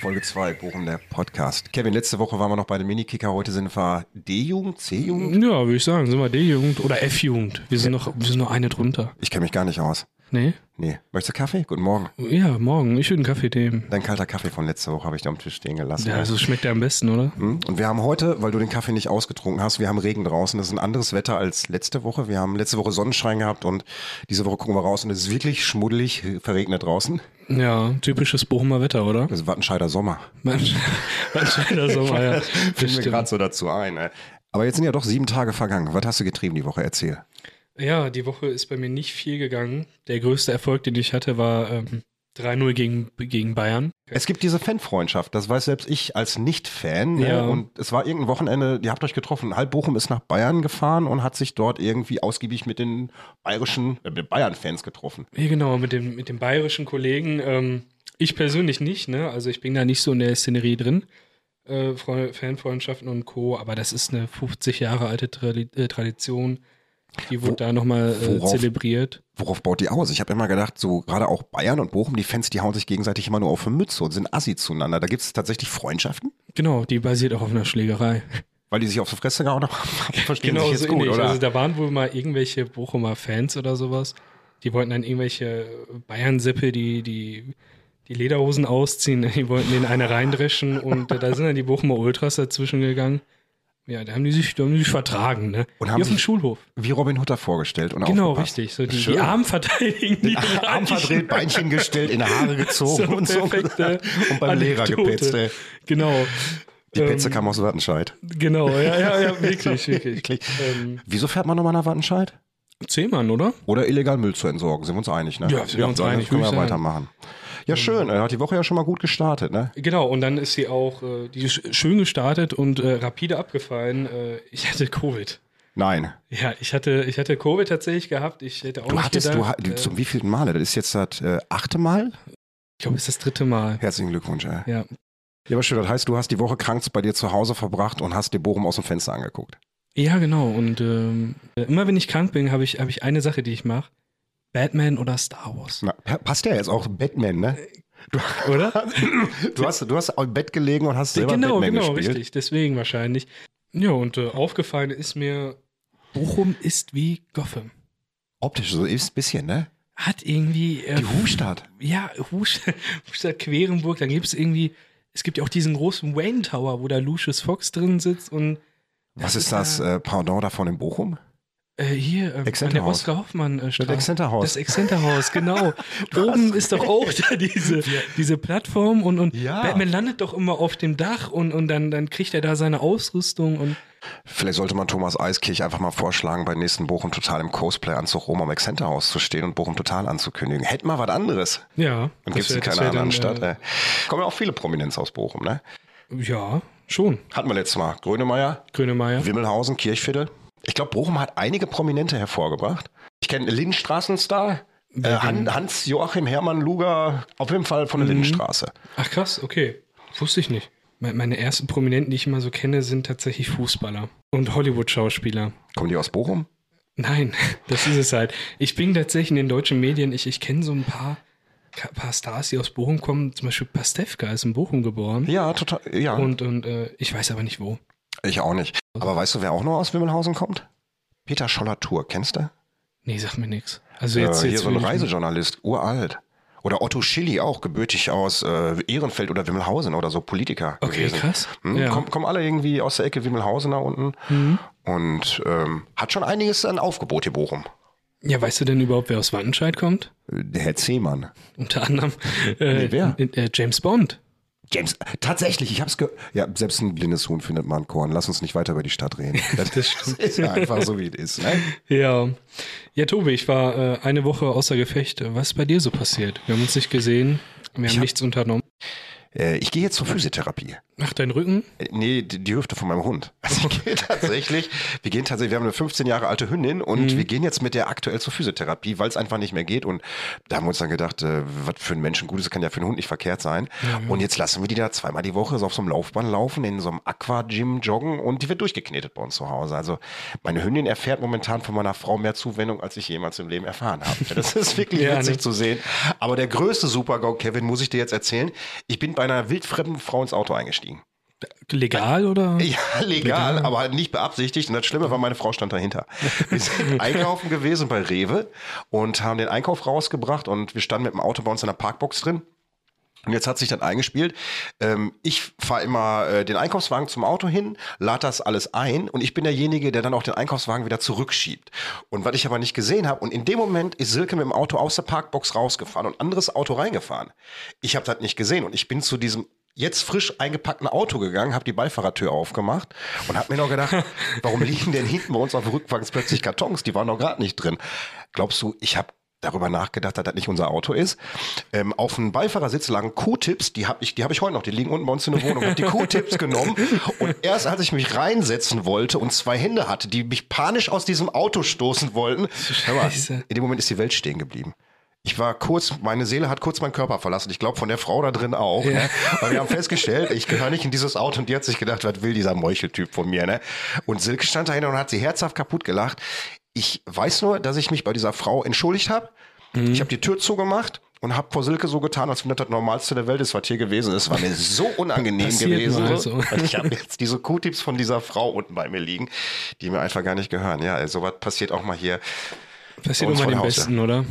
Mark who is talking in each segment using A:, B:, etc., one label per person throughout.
A: Folge 2, Bochum, der Podcast. Kevin, letzte Woche waren wir noch bei den Minikicker, heute sind wir D-Jugend, C-Jugend?
B: Ja, würde ich sagen, sind wir D-Jugend oder F-Jugend. Wir sind noch, wir sind noch eine drunter.
A: Ich kenne mich gar nicht aus.
B: Nee?
A: Nee. Möchtest du Kaffee? Guten Morgen.
B: Ja, morgen. Ich würde einen Kaffee nehmen.
A: Dein kalter Kaffee von letzter Woche habe ich da am Tisch stehen gelassen.
B: Ja, also schmeckt der am besten, oder?
A: Hm? Und wir haben heute, weil du den Kaffee nicht ausgetrunken hast, wir haben Regen draußen. Das ist ein anderes Wetter als letzte Woche. Wir haben letzte Woche Sonnenschein gehabt und diese Woche gucken wir raus und es ist wirklich schmuddelig, verregnet draußen.
B: Ja, typisches Bochumer Wetter, oder?
A: Das war ein scheider Sommer.
B: Man, man scheider Sommer, ja.
A: Fiel mir gerade so dazu ein. Ey. Aber jetzt sind ja doch sieben Tage vergangen. Was hast du getrieben die Woche? Erzähl.
B: Ja, die Woche ist bei mir nicht viel gegangen. Der größte Erfolg, den ich hatte, war ähm, 3-0 gegen, gegen Bayern.
A: Es gibt diese Fanfreundschaft, das weiß selbst ich als Nicht-Fan.
B: Ja.
A: Ne? Und es war irgendein Wochenende, ihr habt euch getroffen. Halb Bochum ist nach Bayern gefahren und hat sich dort irgendwie ausgiebig mit den bayerischen, äh, mit Bayern-Fans getroffen.
B: Ja, genau, mit dem, mit dem bayerischen Kollegen. Ähm, ich persönlich nicht, ne? Also ich bin da nicht so in der Szenerie drin. Äh, Freu- Fanfreundschaften und Co. Aber das ist eine 50 Jahre alte Tradi- äh, Tradition. Die wurde
A: Wo-
B: da nochmal äh,
A: worauf-
B: zelebriert.
A: Worauf baut die aus? Ich habe immer gedacht, so gerade auch Bayern und Bochum, die Fans, die hauen sich gegenseitig immer nur auf die Mütze und sind assi zueinander. Da gibt es tatsächlich Freundschaften,
B: Genau, die basiert auch auf einer Schlägerei.
A: weil die sich auf die Fresse gehauen haben. Verstehen
B: genau
A: sich jetzt
B: so
A: gut,
B: ähnlich.
A: oder?
B: Also da waren wohl mal irgendwelche Bochumer Fans oder sowas. Die wollten dann irgendwelche Bayern-Sippe, die, die die Lederhosen ausziehen, die wollten den eine reindreschen und äh, da sind dann die Bochumer Ultras dazwischen gegangen. Ja, da haben die sich, da haben die sich vertragen, ne?
A: Und
B: Hier
A: haben
B: auf dem
A: sich-
B: Schulhof.
A: Wie Robin Hood da vorgestellt und
B: Genau,
A: aufgepasst.
B: richtig. So die,
A: Schön.
B: die Arme verteidigen. Die
A: Arm verdreht, Beinchen gestellt, in die Haare gezogen
B: So
A: und so.
B: perfekte
A: Und beim Lehrer
B: Anekdote.
A: gepetzt, ey.
B: Genau.
A: Die Petze
B: Ähm,
A: kam aus Wattenscheid.
B: Genau, ja, ja, ja, wirklich, wirklich.
A: Wirklich.
B: Ähm,
A: Wieso fährt man nochmal nach Wattenscheid?
B: Zehmann, oder?
A: Oder illegal Müll zu entsorgen, sind wir uns einig, ne?
B: Ja, sind wir uns
A: dann
B: einig,
A: Können wir
B: würd ich sagen.
A: weitermachen. Ja, schön. Er hat die Woche ja schon mal gut gestartet, ne?
B: Genau, und dann ist sie auch äh, die ist schön gestartet und äh, rapide abgefallen. Äh, ich hatte Covid.
A: Nein.
B: Ja, ich hatte, ich hatte Covid tatsächlich gehabt. Ich hätte auch
A: Du
B: nicht
A: hattest, du, ha-
B: gedacht,
A: du,
B: äh,
A: zum wievielten Male? Das ist jetzt das äh, achte Mal?
B: Ich glaube, es ist das dritte Mal.
A: Herzlichen Glückwunsch, ey.
B: Ja.
A: Ja, aber schön. Das heißt, du hast die Woche krank bei dir zu Hause verbracht und hast dir Bochum aus dem Fenster angeguckt.
B: Ja, genau. Und ähm, äh, immer wenn ich krank bin, habe ich, hab ich eine Sache, die ich mache. Batman oder Star Wars.
A: Na, pa- passt ja jetzt auch Batman, ne?
B: Oder?
A: Du hast, du hast im Bett gelegen und hast selber
B: genau,
A: Batman
B: genau,
A: gespielt.
B: richtig. Deswegen wahrscheinlich. Ja, und äh, aufgefallen ist mir, Bochum ist wie Gotham.
A: Optisch so ist ein bisschen, ne?
B: Hat irgendwie. Äh,
A: Die Hufstadt.
B: ja, Hufstadt, Hufstadt Querenburg, dann gibt es irgendwie, es gibt ja auch diesen großen Wayne Tower, wo da Lucius Fox drin sitzt und
A: Was ist das äh, Pendant davon in Bochum?
B: äh, hier äh, an der
A: Exzenterhaus.
B: Oskar Hoffmann äh,
A: Das
B: Straße. Das
A: Exzenterhaus.
B: Exzenterhaus, genau. Oben ist doch auch da diese, diese Plattform und, und
A: Ja.
B: Batman landet doch immer auf dem Dach und, und dann, dann kriegt er da seine Ausrüstung und
A: Vielleicht sollte man Thomas Eiskirch einfach mal vorschlagen, bei nächsten Bochum Total im Cosplay-Anzug Rom am Exzenterhaus zu stehen und Bochum Total anzukündigen. Hätten wir was anderes.
B: ja.
A: Dann
B: das
A: gibt es in
B: wär- das
A: keiner
B: wär
A: anderen
B: dann,
A: Stadt. Äh, kommen ja auch viele Prominenz aus Bochum, ne?
B: Äh, ja, schon.
A: Hatten wir letztes Mal. Grönemeyer,
B: Grönemeyer.
A: Wimmelhausen, Kirchviertel. Ich glaube, Bochum hat einige Prominente hervorgebracht. Ich kenne Lindenstraßenstar, äh, Han, Hans Joachim Hermann Luger, auf jeden Fall von der
B: Mhm.
A: Lindenstraße.
B: Ach krass, okay. Wusste ich nicht. Me- Meine ersten Prominenten, die ich immer so kenne, sind tatsächlich Fußballer und Hollywood-Schauspieler.
A: Kommen die aus Bochum?
B: Nein, das ist es halt. Ich bin tatsächlich in den deutschen Medien, ich, ich kenne so ein paar, ka- paar Stars, die aus Bochum kommen. Zum Beispiel Pastewka ist in Bochum geboren.
A: Ja, total. Ja,
B: Und, und äh, ich weiß aber nicht wo.
A: ich auch nicht. Aber weißt du, wer auch noch aus Wimmelhausen kommt? Peter Scholler-Tour, kennst du?
B: Nee, sag mir nichts. Also jetzt,
A: äh, hier
B: jetzt
A: so ein
B: will ich-
A: Reisejournalist, uralt. Oder Otto Schilly auch, gebürtig aus äh, Ehrenfeld oder Wimmelhausen oder so Politiker
B: Okay,
A: gewesen.
B: krass.
A: Hm?
B: Ja. Mhm.
A: Kommen, kommen alle irgendwie aus der Ecke Wimmelhausen da unten. Und ähm, hat schon einiges an Aufgebot hier Bochum.
B: Ja, weißt du denn überhaupt, wer aus Wattenscheid kommt?
A: Der Äh, Herr Zehmann.
B: Unter anderem äh,
A: Nee, wer?
B: Äh, äh, James Bond.
A: James, tatsächlich, ich hab's gehört. Ja, selbst ein blindes Huhn findet man Korn. Lass uns nicht weiter über die Stadt reden. Das,
B: stimmt.
A: ist ja einfach so, wie es ist. Ne?
B: Ja. Ja, Tobi, ich war äh, eine Woche außer Gefecht. Was ist bei dir so passiert? Wir haben uns nicht gesehen, wir haben
A: hab-
B: nichts unternommen.
A: Äh, ich gehe jetzt zur Physiotherapie.
B: Ach, dein Rücken?
A: Äh, Nee, die die Hüfte von meinem Hund. Also ich gehe tatsächlich, wir gehen tatsächlich, wir haben eine 15 Jahre alte Hündin
B: Mhm.
A: und wir gehen jetzt mit der aktuell zur Physiotherapie, weil es einfach nicht mehr geht. Und da haben wir uns dann gedacht, äh, was für ein Menschen Gutes kann ja für einen Hund nicht verkehrt sein.
B: Mhm.
A: Und jetzt lassen wir die da zweimal die Woche so auf so einem Laufband laufen, in so einem Aqua-Gym joggen und die wird durchgeknetet bei uns zu Hause. Also meine Hündin erfährt momentan von meiner Frau mehr Zuwendung, als ich jemals im Leben erfahren habe. Das ist wirklich
B: Ja,
A: witzig
B: ne?
A: zu sehen. Aber der größte Super-GAU, Kevin, muss ich dir jetzt erzählen, ich bin bei einer wildfremden Frau ins Auto eingestiegen.
B: Legal oder?
A: Ja, legal, aber halt nicht beabsichtigt. Und das Schlimme war, meine Frau stand dahinter. Wir sind einkaufen gewesen bei Rewe und haben den Einkauf rausgebracht und wir standen mit dem Auto bei uns in der Parkbox drin. Und jetzt hat sich dann eingespielt. Ähm, ich fahre immer äh, den Einkaufswagen zum Auto hin, lade das alles ein und ich bin derjenige, der dann auch den Einkaufswagen wieder zurückschiebt. Und was ich aber nicht gesehen habe, und in dem Moment ist Silke mit dem Auto aus der Parkbox rausgefahren und anderes Auto reingefahren. Ich habe das nicht gesehen und ich bin zu diesem jetzt frisch eingepackten Auto gegangen, habe die Beifahrertür aufgemacht und habe mir noch gedacht, warum liegen denn hinten bei uns auf dem Rückwagens plötzlich Kartons? Die waren noch gerade nicht drin. Glaubst du, ich habe darüber nachgedacht, dass das nicht unser Auto ist. Ähm, auf dem Beifahrersitz lagen Q-Tips, die habe ich, die hab ich heute noch, die liegen unten bei uns in der Wohnung. Ich habe die Q-Tips genommen und erst als ich mich reinsetzen wollte und zwei Hände hatte, die mich panisch aus diesem Auto stoßen wollten, hör mal,
B: Scheiße.
A: in dem Moment ist die Welt stehen geblieben. Ich war kurz, meine Seele hat kurz meinen Körper verlassen. Ich glaube, von der Frau da drin auch. Ne? Weil wir haben festgestellt, ich gehöre nicht in dieses Auto und die hat sich gedacht, was will dieser Meucheltyp von mir, ne? Und Silke stand dahinter und hat sie herzhaft kaputt gelacht. Ich weiß nur, dass ich mich bei dieser Frau entschuldigt habe.
B: Mhm.
A: Ich habe die Tür zugemacht und habe vor Silke so getan, als wenn das das Normalste der Welt ist, was hier gewesen ist. War mir so unangenehm
B: Passiert
A: gewesen.
B: mal so.
A: Und Ich habe jetzt diese Q-Tips von dieser Frau unten bei mir liegen, die mir einfach gar nicht gehören. Ja, sowas passiert auch mal hier.
B: Passiert
A: Bei uns
B: immer
A: vor
B: den
A: der Haustür.
B: Besten, oder?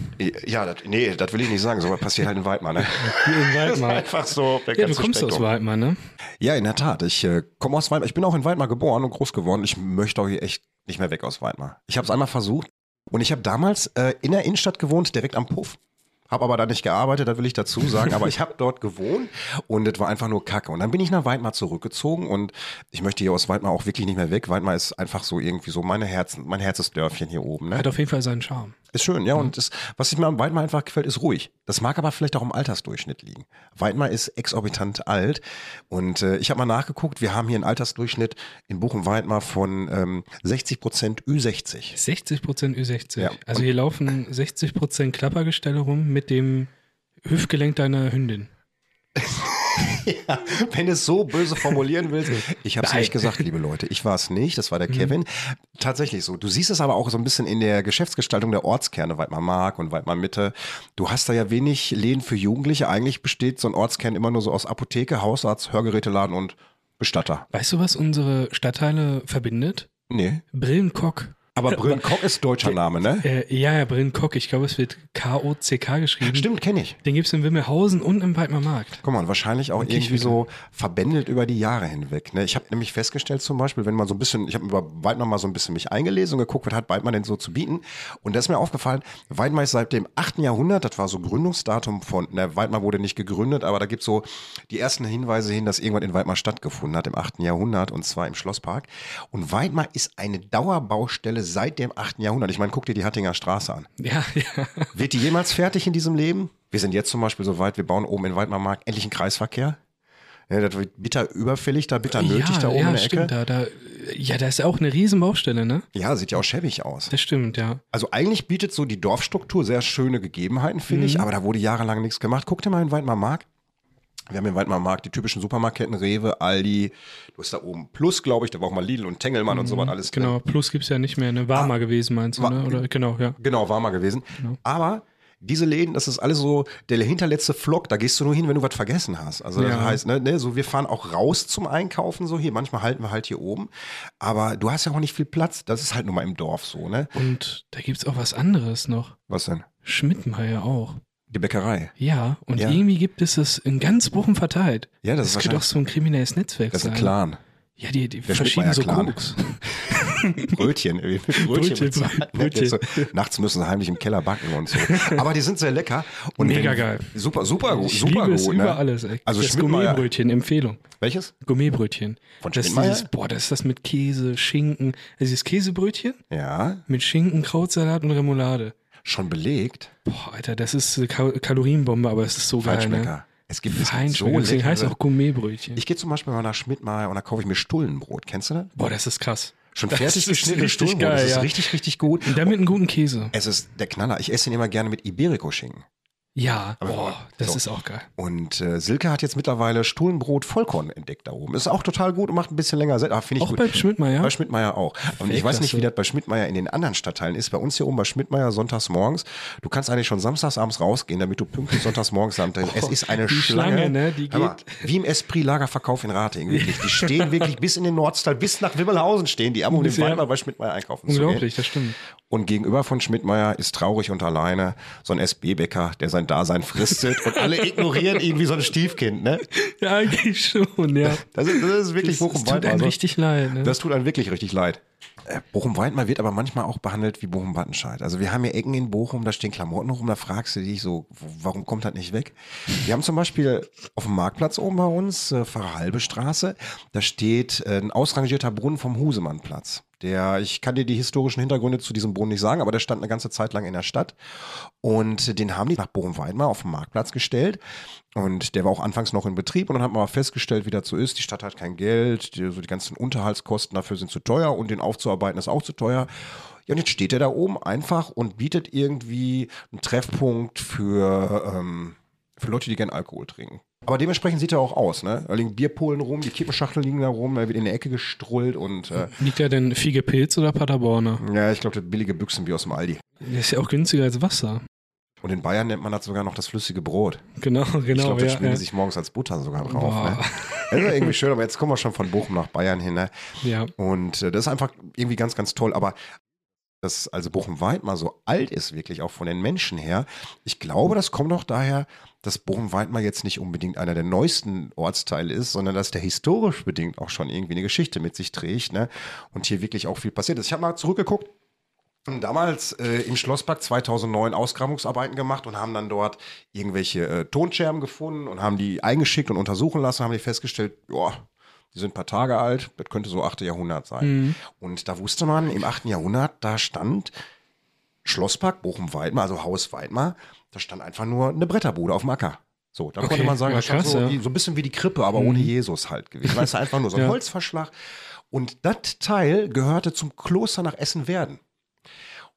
A: Ja, das, nee, das will ich nicht sagen, sowas passiert halt in Waldmann. Ne?
B: Hier in Waldmar.
A: Einfach so.
B: Ja, du kommst aus Waldmar, ne?
A: Ja, in der Tat. Ich äh, komme aus Weimar. Ich bin auch in Weimar geboren und groß geworden. Ich möchte auch hier echt nicht mehr weg aus Weimar. Ich habe es einmal versucht und ich habe damals äh, in der Innenstadt gewohnt, direkt am Puff. Habe aber da nicht gearbeitet, das will ich dazu sagen. Aber ich habe dort gewohnt und das war einfach nur Kacke. Und dann bin ich nach Weidmar zurückgezogen und ich möchte hier aus Weidmar auch wirklich nicht mehr weg. Weidmar ist einfach so irgendwie so meine Herzen, mein Herzensdörfchen hier oben. Ne?
B: Hat auf jeden Fall seinen Charme.
A: Ist schön, ja. Und das, was ich mir am Weidmar einfach gefällt, ist ruhig. Das mag aber vielleicht auch im Altersdurchschnitt liegen. Weidmar ist exorbitant alt. Und äh, ich habe mal nachgeguckt, wir haben hier einen Altersdurchschnitt in Bochum-Weidmar von ähm, 60 Prozent Ü60.
B: 60% Ü60.
A: Ja.
B: Also hier laufen 60% Klappergestelle rum mit dem Hüftgelenk deiner Hündin.
A: Wenn du es so böse formulieren willst. Ich habe es
B: Nein.
A: nicht gesagt, liebe Leute. Ich war es nicht. Das war der Kevin. Tatsächlich so. Du siehst es aber auch so ein bisschen in der Geschäftsgestaltung der Ortskerne, Weidmar Mark und Weidmar Mitte. Du hast da ja wenig Läden für Jugendliche. Eigentlich besteht so ein Ortskern immer nur so aus Apotheke, Hausarzt, Hörgeräteladen und Bestatter.
B: Weißt du, was unsere Stadtteile verbindet?
A: Nee.
B: Brillenkock.
A: Aber Brillenkock ist deutscher Name, ne?
B: Äh, ja, ja, Brillenkock. Ich glaube, es wird K-O-C-K geschrieben.
A: Stimmt, kenne ich.
B: Den gibt es in Wimmelhausen und im Weidmar Markt.
A: Guck mal, und wahrscheinlich auch irgendwie so verbändelt über die Jahre hinweg. Ne? Ich habe nämlich festgestellt, zum Beispiel, wenn man so ein bisschen, ich habe über Weidmar mal so ein bisschen mich eingelesen und geguckt, was hat Weidmar denn so zu bieten. Und da ist mir aufgefallen, Weidmar ist seit dem 8. Jahrhundert, das war so Gründungsdatum von, ne, Weidmar wurde nicht gegründet, aber da gibt es so die ersten Hinweise hin, dass irgendwann in Weidmar stattgefunden hat, im 8. Jahrhundert und zwar im Schlosspark. Und Weidmar ist eine Dauerbaustelle seit dem 8. Jahrhundert. Ich meine, guck dir die Hattinger Straße an.
B: Ja, ja.
A: Wird die jemals fertig in diesem Leben? Wir sind jetzt zum Beispiel so weit, wir bauen oben in Weidmarmark endlich einen Kreisverkehr. Ja, das wird bitter überfällig da, bitter nötig
B: ja,
A: da oben
B: ja,
A: in der
B: stimmt,
A: Ecke.
B: Da, da, ja, da ist auch eine riesen Baustelle, ne?
A: Ja, sieht ja auch schäbig aus.
B: Das stimmt, ja.
A: Also eigentlich bietet so die Dorfstruktur sehr schöne Gegebenheiten, finde
B: Mhm.
A: ich, aber da wurde jahrelang nichts gemacht. Guck dir mal in Weidmarmark. Wir haben in Weidmarmark die typischen Supermarktketten, Rewe, Aldi, du hast da oben Plus, glaube ich, da war auch mal Lidl und Tengelmann und so was alles drin.
B: Genau, Plus gibt es ja nicht mehr. Ne? War
A: Ah.
B: mal gewesen, meinst du,
A: war-
B: ne? Oder, genau, ja.
A: Genau, war mal gewesen. Aber diese Läden, das ist alles so der hinterletzte Vlog, da gehst du nur hin, wenn du was vergessen hast. Also das
B: Ja.
A: heißt, ne, ne, so wir fahren auch raus zum Einkaufen, so hier, manchmal halten wir halt hier oben, aber du hast ja auch nicht viel Platz, das ist halt nur mal im Dorf so, ne?
B: Und da gibt es auch was anderes noch.
A: Was denn?
B: Schmidtmeier auch.
A: Die Bäckerei.
B: Ja, und
A: Ja.
B: irgendwie gibt es das in ganz Wochen verteilt.
A: Ja, das ist
B: könnte
A: wahrscheinlich-
B: doch so ein kriminelles Netzwerk
A: Das ist
B: sein.
A: ein Clan.
B: Ja, die, die
A: Der
B: verschieben so
A: Schmidtmeier-Clan.
B: Koks.
A: Brötchen. irgendwie. Brötchen,
B: Brötchen,
A: bezahlen, ne?
B: Brötchen.
A: So, nachts müssen sie heimlich im Keller backen und so. Aber die sind sehr lecker. Und
B: Mega geil.
A: Super, super, gut,
B: Ich
A: super
B: liebe es
A: gut.
B: über
A: Ne?
B: alles, ey.
A: Also
B: das
A: Schmidtmeier-
B: Gourmetbrötchen, Empfehlung.
A: Welches?
B: Gourmetbrötchen.
A: Von
B: das ist
A: Schmidtmeier?
B: dieses, boah, das ist das mit Käse, Schinken. Also dieses Käsebrötchen
A: Ja,
B: mit Schinken, Krautsalat und Remoulade.
A: schon belegt.
B: Boah, Alter, das ist eine Ka Kalorienbombe, aber es ist so geil, ne?
A: Feinschmecker. Es gibt es gibt so
B: Feinschmecker. Deswegen heißt
A: leckere.
B: auch Gourmetbrötchen.
A: Ich gehe zum Beispiel mal nach Schmidt mal und da kaufe ich mir Stullenbrot. Kennst du das?
B: Boah, das ist krass.
A: Schon
B: Das
A: fertig
B: ist
A: geschnittenes
B: richtig
A: Stullenbrot.
B: geil,
A: das ist
B: ja.
A: richtig, richtig gut.
B: Und damit einen guten Käse.
A: Es ist der Knaller. Ich esse ihn immer gerne mit Iberico-Schinken.
B: Ja,
A: Aber-
B: boah, das
A: so.
B: ist auch geil.
A: Und äh, Silke hat jetzt mittlerweile Stuhlenbrot Vollkorn entdeckt da oben. Ist auch total gut und macht ein bisschen länger. Sel- Ah, Finde ich gut.
B: Auch bei Schmidtmeier?
A: Bei Schmidtmeier auch. Und ich weiß nicht,
B: klasse.
A: wie das bei Schmidtmeier in den anderen Stadtteilen ist. Bei uns hier oben bei Schmidtmeier sonntags morgens. Du kannst eigentlich schon samstags abends rausgehen, damit du pünktlich sonntags morgens da drin. Es ist eine
B: Oh, die
A: Schlange.
B: Schlange, ne, die
A: Hör mal,
B: geht-
A: wie im Esprit-Lagerverkauf in Rating. Wirklich. Die stehen wirklich bis in den Nordstall, bis nach Wimmelhausen stehen die, ab, um den
B: Bisher-
A: Wein mal bei Schmidtmeier einkaufen zu gehen.
B: Unglaublich, das stimmt.
A: Und gegenüber von Schmidtmeier ist traurig und alleine so ein SB-Bäcker, der sein Dasein fristet und alle ignorieren ihn wie so ein Stiefkind, ne?
B: Ja, eigentlich schon, ja.
A: Das ist, das ist wirklich
B: Das, das tut
A: Bochum-Weidmar.
B: einem
A: so.
B: richtig leid. Ne?
A: also Das tut einem wirklich richtig leid. Äh, Bochum-Weidmar wird aber manchmal auch behandelt wie Bochum-Wattenscheid. Also wir haben hier Ecken in Bochum, da stehen Klamotten rum, da fragst du dich so, wo- warum kommt das nicht weg? Wir haben zum Beispiel auf dem Marktplatz oben bei uns, äh, Pfarrerhalbe Straße, da steht äh, ein ausrangierter Brunnen vom Husemannplatz. Der, ich kann dir die historischen Hintergründe zu diesem Brunnen nicht sagen, aber der stand eine ganze Zeit lang in der Stadt. Und den haben die nach Bochum-Weidmar auf den Marktplatz gestellt. Und der war auch anfangs noch in Betrieb und dann hat man mal festgestellt, wie das so ist. Die Stadt hat kein Geld, die, so die ganzen Unterhaltskosten dafür sind zu teuer und den aufzuarbeiten ist auch zu teuer. Ja, und jetzt steht er da oben einfach und bietet irgendwie einen Treffpunkt für, ähm, für Leute, die gern Alkohol trinken. Aber dementsprechend sieht er auch aus, ne? Da liegen Bierpolen rum, die Kippenschachteln liegen da rum, er wird in der Ecke gestrullt und äh,
B: Liegt da denn Fiege Pilz oder Paderborner?
A: ja, ich glaube, das billige Büchsenbier aus dem Aldi.
B: Das ist ja auch günstiger als Wasser.
A: Und in Bayern nennt man das sogar noch das flüssige Brot.
B: Genau, genau.
A: Ich glaube, das
B: ja,
A: schmieren die
B: ja.
A: sich morgens als Butter sogar drauf.
B: Boah.
A: Ne? Das ist ja irgendwie schön, aber jetzt kommen wir schon von Bochum nach Bayern hin. Ne?
B: ja.
A: Und äh, das ist einfach irgendwie ganz, ganz toll. Aber dass also Bochum-Weit mal so alt ist, wirklich auch von den Menschen her, ich glaube, das kommt auch daher, dass Bochum-Weit mal jetzt nicht unbedingt einer der neuesten Ortsteile ist, sondern dass der historisch bedingt auch schon irgendwie eine Geschichte mit sich trägt. Ne? Und hier wirklich auch viel passiert ist. Ich habe mal zurückgeguckt. Damals äh, im Schlosspark 2009 Ausgrabungsarbeiten gemacht und haben dann dort irgendwelche äh, Tonscherben gefunden und haben die eingeschickt und untersuchen lassen, haben die festgestellt, ja, die sind ein paar Tage alt, das könnte so 8. Jahrhundert sein.
B: Mhm.
A: Und da wusste man, im 8. Jahrhundert, da stand Schlosspark Bochum-Weidmar, also Haus Weidmar, da stand einfach nur eine Bretterbude auf dem Acker. So, da
B: Okay,
A: konnte man sagen,
B: ja,
A: da stand
B: krass,
A: so,
B: ja. Mhm.
A: wie, so ein bisschen wie die Krippe, aber ohne Jesus halt gewesen. Weißt du, einfach nur so ein
B: Ja.
A: Holzverschlag. Und das Teil gehörte zum Kloster nach Essen-Werden.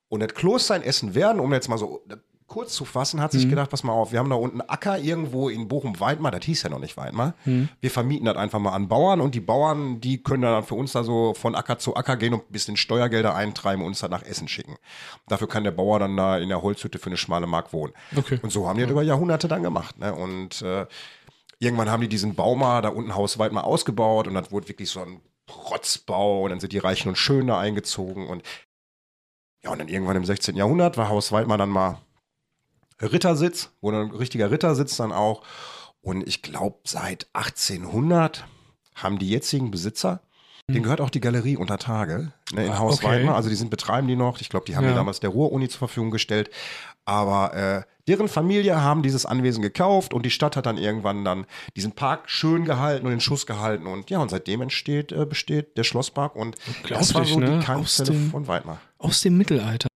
A: Und das Kloster in Essen-Werden, um jetzt mal so kurz zu fassen, hat sich gedacht, pass mal auf, wir haben da unten einen Acker irgendwo in Bochum-Weidmar, das hieß ja noch nicht Weidmar. Wir vermieten das einfach mal an Bauern und die Bauern, die können dann für uns da so von Acker zu Acker gehen und ein bisschen Steuergelder eintreiben und uns dann nach Essen schicken. Dafür kann der Bauer dann da in der Holzhütte für eine schmale Mark wohnen.
B: Okay.
A: Und so haben die das über Jahrhunderte dann gemacht. Ne? Und äh, irgendwann haben die diesen Bau mal da unten hausweit mal ausgebaut und dann wurde wirklich so ein Protzbau und dann sind die Reichen und Schönen da eingezogen und ja, und dann irgendwann im 16. Jahrhundert war Haus Weidmar dann mal Rittersitz, wurde ein richtiger Rittersitz dann auch. Und ich glaube, seit 1800 haben die jetzigen Besitzer, denen gehört auch die Galerie unter Tage ne, in
B: Mhm. Ah,
A: Haus
B: okay.
A: Weidmar. Also die sind, betreiben die noch. Ich glaube, die haben die
B: Ja.
A: damals der Ruhr-Uni zur Verfügung gestellt. Aber äh, deren Familie haben dieses Anwesen gekauft und die Stadt hat dann irgendwann dann diesen Park schön gehalten und in Schuss gehalten. Und ja, und seitdem entsteht, äh, besteht der Schlosspark und das war
B: Unglaublich,
A: so
B: ne?
A: die Keimzelle
B: Aus dem-
A: von Weidmar.
B: Aus dem Mittelalter.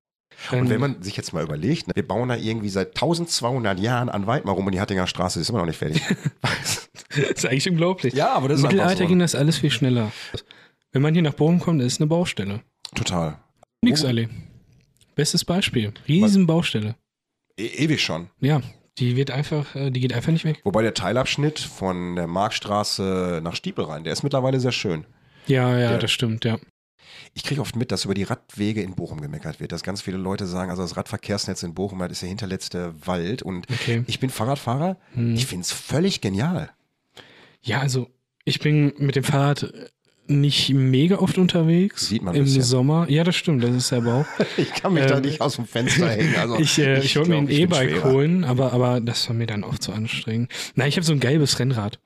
A: Und wenn man sich jetzt mal überlegt, ne, wir bauen da irgendwie seit 1200 Jahren an Weidmar rum und die Hattinger Straße ist immer noch nicht fertig. Weiß.
B: das ist eigentlich unglaublich.
A: Ja, aber das ist
B: Im
A: einfach
B: Mittelalter
A: so.
B: ging das alles viel schneller. Wenn man hier nach Bochum kommt, ist eine Baustelle.
A: Total. Oh.
B: Nixallee. Bestes Beispiel. Riesenbaustelle.
A: E ewig schon.
B: Ja, die wird einfach, äh, die geht einfach nicht weg.
A: Wobei der Teilabschnitt von der Marktstraße nach Stiepel rein, der ist mittlerweile sehr schön.
B: Ja, ja,
A: Ja.
B: das stimmt, ja.
A: Ich kriege oft mit, dass über die Radwege in Bochum gemeckert wird, dass ganz viele Leute sagen, also das Radverkehrsnetz in Bochum, das ist der hinterletzte Wald. Und
B: Okay. Hm.
A: ich bin Fahrradfahrer, ich finde es völlig genial.
B: Ja, also ich bin mit dem Fahrrad äh, nicht mega oft unterwegs.
A: Sieht man ein
B: Im
A: bisschen.
B: Sommer. Ja, das stimmt, das ist der Bau.
A: Ich kann mich da
B: Ähm,
A: nicht aus dem Fenster hängen. Also
B: ich äh, ich, wollte mir
A: glaub,
B: ein
A: ich bin
B: E-Bike
A: schwerer.
B: holen, aber, aber das war mir dann auch zu anstrengend. Nein, ich habe so ein gelbes Rennrad.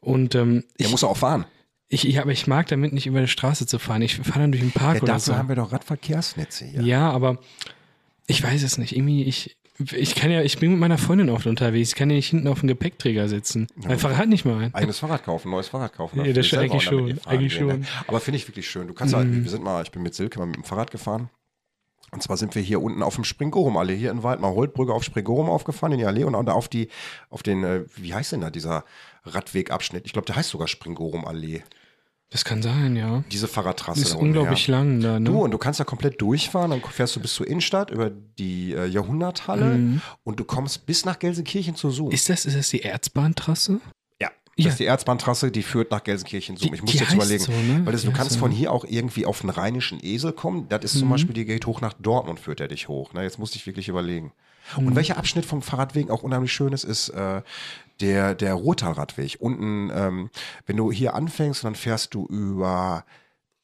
B: Und ähm,
A: Der
B: ich,
A: muss auch fahren.
B: ich, ich, aber ich mag damit nicht über die Straße zu fahren. Ich fahre dann durch den Park
A: Ja,
B: oder
A: dafür
B: so.
A: haben wir doch Radverkehrsnetze hier.
B: ja. aber ich weiß es nicht. Irgendwie, ich, ich kann ja, ich bin mit meiner Freundin oft unterwegs. Ich kann ja nicht hinten auf dem Gepäckträger sitzen. Mein Fahrrad hat nicht mal ein.
A: Eigenes Fahrrad kaufen, neues Fahrrad kaufen.
B: Ja,
A: Dann
B: das
A: vielleicht
B: stimmt eigentlich
A: selber und dann mit ihr
B: schon, Mhm.
A: fahren
B: eigentlich
A: gehen, ne?
B: schon.
A: Aber finde ich wirklich schön. Du kannst halt, wir sind mal, ich bin mit Silke mal mit dem Fahrrad gefahren. Und zwar sind wir hier unten auf dem Springorum-Allee, hier in Waldmar Holtbrücke auf Springorum aufgefahren, in die Allee und dann auf die, auf den, äh, wie heißt denn da dieser Radwegabschnitt? Ich glaube, der heißt sogar Springorum-Allee.
B: Das kann sein, ja.
A: Diese Fahrradtrasse.
B: Ist
A: da unten,
B: unglaublich
A: ja.
B: lang da, ne?
A: Du, und du kannst da komplett durchfahren, dann fährst du bis zur Innenstadt über die äh, Jahrhunderthalle
B: Mhm.
A: und du kommst bis nach Gelsenkirchen zu Zoom.
B: Ist das, ist das die Erzbahntrasse?
A: ja. Das
B: Ja.
A: ist die Erzbahntrasse, die führt nach Gelsenkirchen Zoom.
B: Die-
A: Ich muss
B: die
A: jetzt
B: heißt
A: überlegen,
B: so, ne?
A: weil das, du
B: Die heißt
A: kannst
B: so. Mhm.
A: von hier auch irgendwie auf den rheinischen Esel kommen. Das ist zum Beispiel, die geht hoch nach Dortmund, führt er dich hoch. Ne? Jetzt musste ich wirklich überlegen.
B: Mhm.
A: Und welcher Abschnitt vom Fahrradweg auch unheimlich schön ist, ist äh, der, der Ruhrtalradweg. Unten, ähm, wenn du hier anfängst, dann fährst du über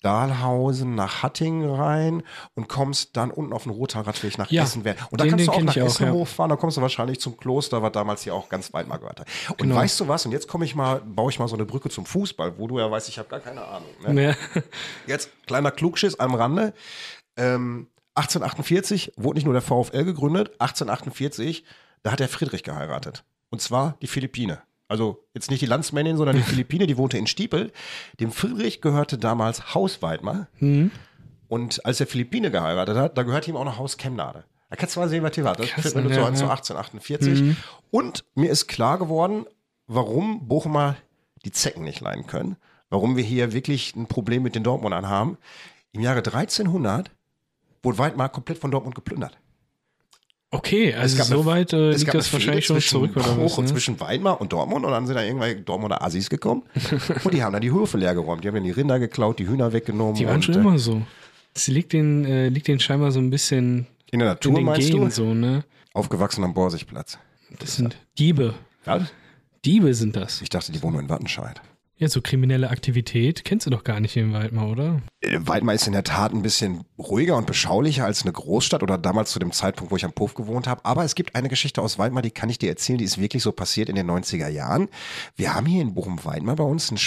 A: Dahlhausen nach Hattingen rein und kommst dann unten auf den Ruhrtalradweg nach
B: Ja,
A: Essen. werden. Und da
B: den-
A: kannst
B: den
A: du auch
B: kenn
A: nach
B: ich auch,
A: Essen
B: ja.
A: hochfahren, dann kommst du wahrscheinlich zum Kloster, was damals hier auch ganz weit mal gehört hat. Und weißt du was, und jetzt komme ich mal, baue ich mal so eine Brücke zum Fußball, wo du ja weißt, ich habe gar keine Ahnung. Ne?
B: Ja.
A: Jetzt kleiner Klugschiss am Rande. Ähm, 1848 wurde nicht nur der VfL gegründet, 1848, da hat der Friedrich geheiratet. Und zwar die Philippine. Also jetzt nicht die Landsmännin, sondern die Philippine, die wohnte in Stiepel. Dem Friedrich gehörte damals Haus Weidmar.
B: Hm?
A: Und als der Philippine geheiratet hat, da gehörte ihm auch noch Haus Kemnade. Da kannst du mal sehen, was hier war. Das
B: Krass,
A: fällt mir nur so
B: ja, Mhm.
A: an zu
B: ja.
A: 1848. Und mir ist klar geworden, warum Bochumer die Zecken nicht leiden können. Warum wir hier wirklich ein Problem mit den Dortmundern haben. Im Jahre 1300 wurde Weidmar komplett von Dortmund geplündert.
B: Okay, also
A: gab eine-
B: soweit äh,
A: Es
B: liegt
A: gab eine
B: das wahrscheinlich
A: Fehde
B: schon zurück
A: zwischen,
B: oder was,
A: Bruch
B: ne?
A: zwischen Weimar und Dortmund und dann sind da irgendwelche Dortmunder Assis gekommen und die haben dann die Höfe leer geräumt. Die haben dann die Rinder geklaut, die Hühner weggenommen.
B: Die waren
A: und,
B: schon
A: äh,
B: immer so. Das liegt den äh, liegt den scheinbar so ein bisschen
A: in der
B: in
A: Natur,
B: den
A: meinst
B: Genen
A: du?
B: so, ne?
A: Aufgewachsen am Borsigplatz.
B: Das sind Diebe.
A: Was?
B: Diebe sind das.
A: Ich dachte, die wohnen nur in Wattenscheid.
B: Ja, so kriminelle Aktivität kennst du doch gar nicht hier im Waldmar, oder?
A: Äh, Weidmar ist in der Tat ein bisschen ruhiger und beschaulicher als eine Großstadt oder damals zu dem Zeitpunkt, wo ich am Puff gewohnt habe. Aber es gibt eine Geschichte aus Weidmar, die kann ich dir erzählen, die ist wirklich so passiert in den 90er Jahren. Wir haben hier in Bochum-Weidmar bei uns einen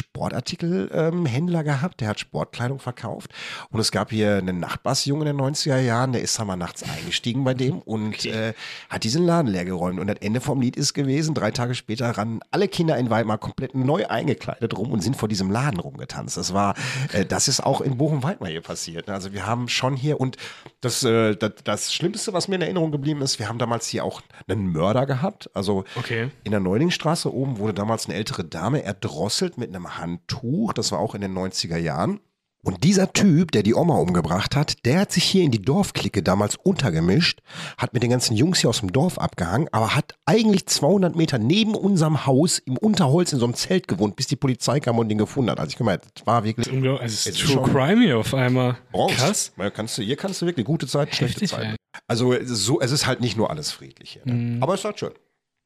A: Sportartikelhändler ähm, gehabt, der hat Sportkleidung verkauft. Und es gab hier einen Nachbarsjungen in den 90er Jahren, der ist da mal nachts eingestiegen bei dem und äh, hat diesen Laden leer geräumt. Und das Ende vom Lied ist gewesen, drei Tage später rannen alle Kinder in Weimar komplett neu eingekleidet rum und sind vor diesem Laden rumgetanzt. Das war, äh, das ist auch in Bochum-Weidmar hier passiert. ne? Also wir haben schon hier und das, äh, das, das Schlimmste, was mir in Erinnerung geblieben ist, wir haben damals hier auch einen Mörder gehabt. Also
B: Okay.
A: in der Neulingstraße oben wurde damals eine ältere Dame erdrosselt mit einem Handtuch. Das war auch in den 90er Jahren. Und dieser Typ, der die Oma umgebracht hat, der hat sich hier in die Dorfklicke damals untergemischt, hat mit den ganzen Jungs hier aus dem Dorf abgehangen, aber hat eigentlich 200 Meter neben unserem Haus im Unterholz in so einem Zelt gewohnt, bis die Polizei kam und den gefunden hat. Also ich guck mal, das war wirklich
B: Unglaublich. Also,
A: Jetzt
B: True
A: schon.
B: Crime hier auf einmal.
A: Brauchst.
B: Krass.
A: Ja, kannst du, hier kannst du wirklich gute Zeiten, schlechte
B: Heftig,
A: Zeiten.
B: ey.
A: Also so, es ist halt nicht nur alles friedlich hier. Ne? Aber es ist halt schön.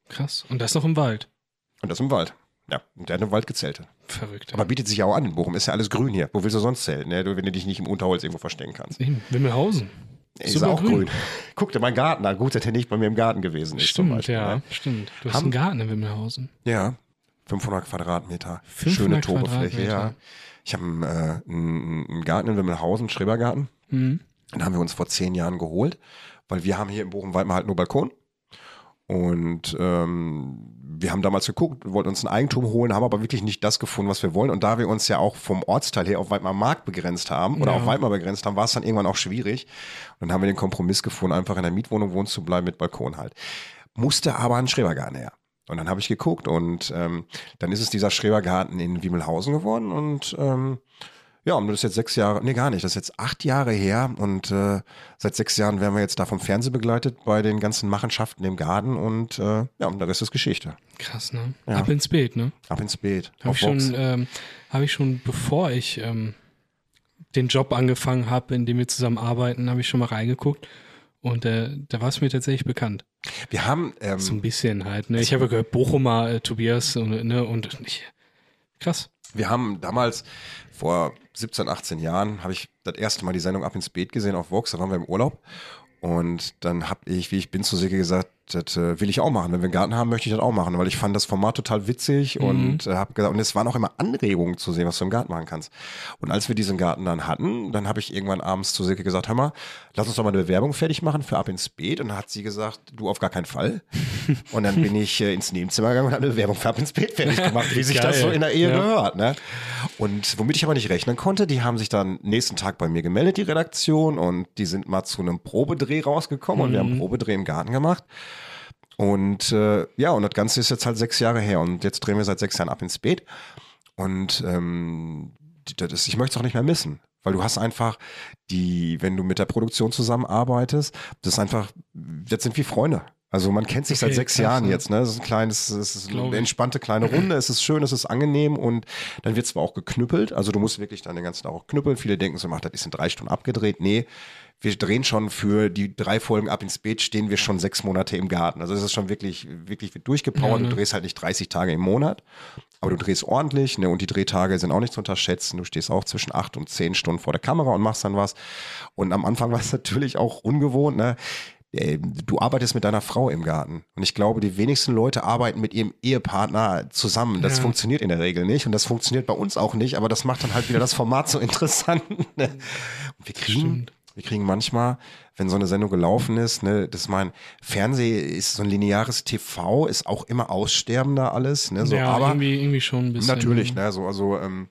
B: Krass. Und das noch im Wald.
A: Und das im Wald. Ja, und der hat im Wald gezeltet.
B: Verrückt. ey.
A: Aber bietet sich ja auch an in Bochum. Ist ja alles grün hier. Wo willst du sonst zelten, ne? Du, wenn du dich nicht im Unterholz irgendwo verstecken kannst?
B: Eben, Wimmelhausen.
A: Ey, ist
B: Super
A: auch grün.
B: grün.
A: Guck dir meinen Garten an. Gut, dass der nicht bei mir im Garten gewesen ist. zum
B: Stimmt,
A: Beispiel,
B: ja,
A: Ne?
B: stimmt. Du hast
A: Haben-
B: einen Garten in Wimmelhausen.
A: Ja. 500 Quadratmeter.
B: 500
A: Schöne Tobefläche, ja.
B: Quadratmeter.
A: Ich habe einen, äh, einen einen Garten in Wimmelhausen, Schrebergarten.
B: Mhm.
A: Den haben wir uns vor zehn Jahren geholt, weil wir haben hier in Bochum-Weidmar halt nur Balkon. Und ähm, wir haben damals geguckt, wollten uns ein Eigentum holen, haben aber wirklich nicht das gefunden, was wir wollen. Und da wir uns ja auch vom Ortsteil her auf Weidmar Markt begrenzt haben oder
B: Ja.
A: auf Weidmar begrenzt haben, war es dann irgendwann auch schwierig. Und dann haben wir den Kompromiss gefunden, einfach in der Mietwohnung wohnen zu bleiben mit Balkon halt. Musste aber ein Schrebergarten her. Und dann habe ich geguckt und ähm, dann ist es dieser Schrebergarten in Wiemelhausen geworden und ähm, ja, und das ist jetzt sechs Jahre, nee, gar nicht, das ist jetzt acht Jahre her und äh, seit sechs Jahren werden wir jetzt da vom Fernsehen begleitet bei den ganzen Machenschaften im Garten und äh, ja, und der Rest ist Geschichte.
B: Krass, ne?
A: Ja.
B: Ab ins Beet, ne?
A: Ab ins Beet,
B: Habe
A: auf
B: ich,
A: Box.
B: schon, ähm, hab ich schon, bevor ich ähm, den Job angefangen habe, in dem wir zusammen arbeiten, habe ich schon mal reingeguckt. Und äh, da war es mir tatsächlich bekannt.
A: Wir haben,
B: So ein
A: ähm,
B: bisschen halt. Ne? Ich habe gehört, Bochumer, äh, Tobias und, ne, und ich, krass.
A: wir haben damals vor 17, 18 Jahren, habe ich das erste Mal die Sendung Ab ins Beet gesehen auf Vox, da waren wir im Urlaub und dann habe ich, wie ich bin zu Silke gesagt, das äh, will ich auch machen. Wenn wir einen Garten haben, möchte ich das auch machen, weil ich fand das Format total witzig und äh, habe gesagt, und es waren auch immer Anregungen zu sehen, was du im Garten machen kannst. Und als wir diesen Garten dann hatten, dann habe ich irgendwann abends zu Silke gesagt, hör mal, lass uns doch mal eine Bewerbung fertig machen für ab ins Beet. Und dann hat sie gesagt, du auf gar keinen Fall. Und dann bin ich äh, ins Nebenzimmer gegangen und habe eine Bewerbung für ab ins Beet fertig gemacht, wie sich das
B: Geil.
A: so in der Ehe
B: Ja.
A: gehört. Ne? Ne? Und womit ich aber nicht rechnen konnte, die haben sich dann nächsten Tag bei mir gemeldet, die Redaktion, und die sind mal zu einem Probedreh rausgekommen und wir
B: Mhm.
A: haben einen Probedreh im Garten gemacht. Und äh, ja, und das Ganze ist jetzt halt sechs Jahre her und jetzt drehen wir seit sechs Jahren ab ins Beet. Und ähm, das ist, ich möchte es auch nicht mehr missen. Weil du hast einfach die, wenn du mit der Produktion zusammenarbeitest, das ist einfach, das sind wie Freunde. Also man kennt sich
B: Okay,
A: seit sechs
B: krass,
A: Jahren
B: ne?
A: jetzt, ne? Es ist ein kleines, es ist
B: Glaub
A: eine
B: ich.
A: entspannte kleine Runde, es ist schön, es ist angenehm und dann wird zwar auch geknüppelt, also du musst wirklich dann den ganzen Tag auch knüppeln. Viele denken so, ach, das ist in drei Stunden abgedreht. Nee, wir drehen schon für die drei Folgen ab ins Beet, stehen wir schon sechs Monate im Garten. Also es ist schon wirklich, wirklich durchgepowert. Du drehst halt nicht 30 Tage im Monat, aber du drehst ordentlich, ne? Und die Drehtage sind auch nicht zu unterschätzen. Du stehst auch zwischen acht und zehn Stunden vor der Kamera und machst dann was. Und am Anfang war es natürlich auch ungewohnt, ne? Ey, Du arbeitest mit deiner Frau im Garten. Und ich glaube, die wenigsten Leute arbeiten mit ihrem Ehepartner zusammen. Das
B: Ja.
A: funktioniert in der Regel nicht. Und das funktioniert bei uns auch nicht. Aber das macht dann halt wieder das Format so interessant. Ne? Und wir kriegen, wir kriegen manchmal, wenn so eine Sendung gelaufen ist, ne, das mein Fernseh ist so ein lineares TV, ist auch immer aussterbender alles. Ne, so,
B: ja,
A: aber
B: irgendwie, irgendwie schon ein bisschen.
A: Natürlich, ne? So, also, ähm,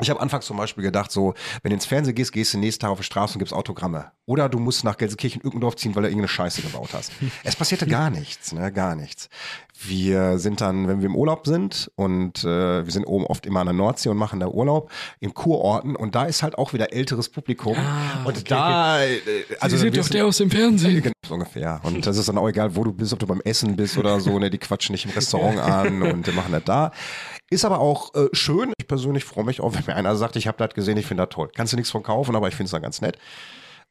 A: ich habe anfangs zum Beispiel gedacht, so, wenn du ins Fernsehen gehst, gehst du nächsten Tag auf die Straße und gibst Autogramme. Oder du musst nach Gelsenkirchen-Ückendorf ziehen, weil du irgendeine Scheiße gebaut hast. es passierte gar nichts, ne? Gar nichts. Wir sind dann, wenn wir im Urlaub sind und äh, wir sind oben oft immer an der Nordsee und machen da Urlaub in Kurorten und da ist halt auch wieder älteres Publikum. und da, äh, also
B: Ah, Sie sind
A: wir
B: doch der aus dem Fernsehen.
A: Genau, so ungefähr. Und das ist dann auch egal, wo du bist, ob du beim Essen bist oder so. Ne? Die quatschen nicht im Restaurant an und die machen das da. Ist aber auch äh, schön. Ich persönlich freue mich auch, wenn mir einer sagt, ich habe das gesehen, ich finde das toll. Kannst du nichts von kaufen, aber ich finde es dann ganz nett.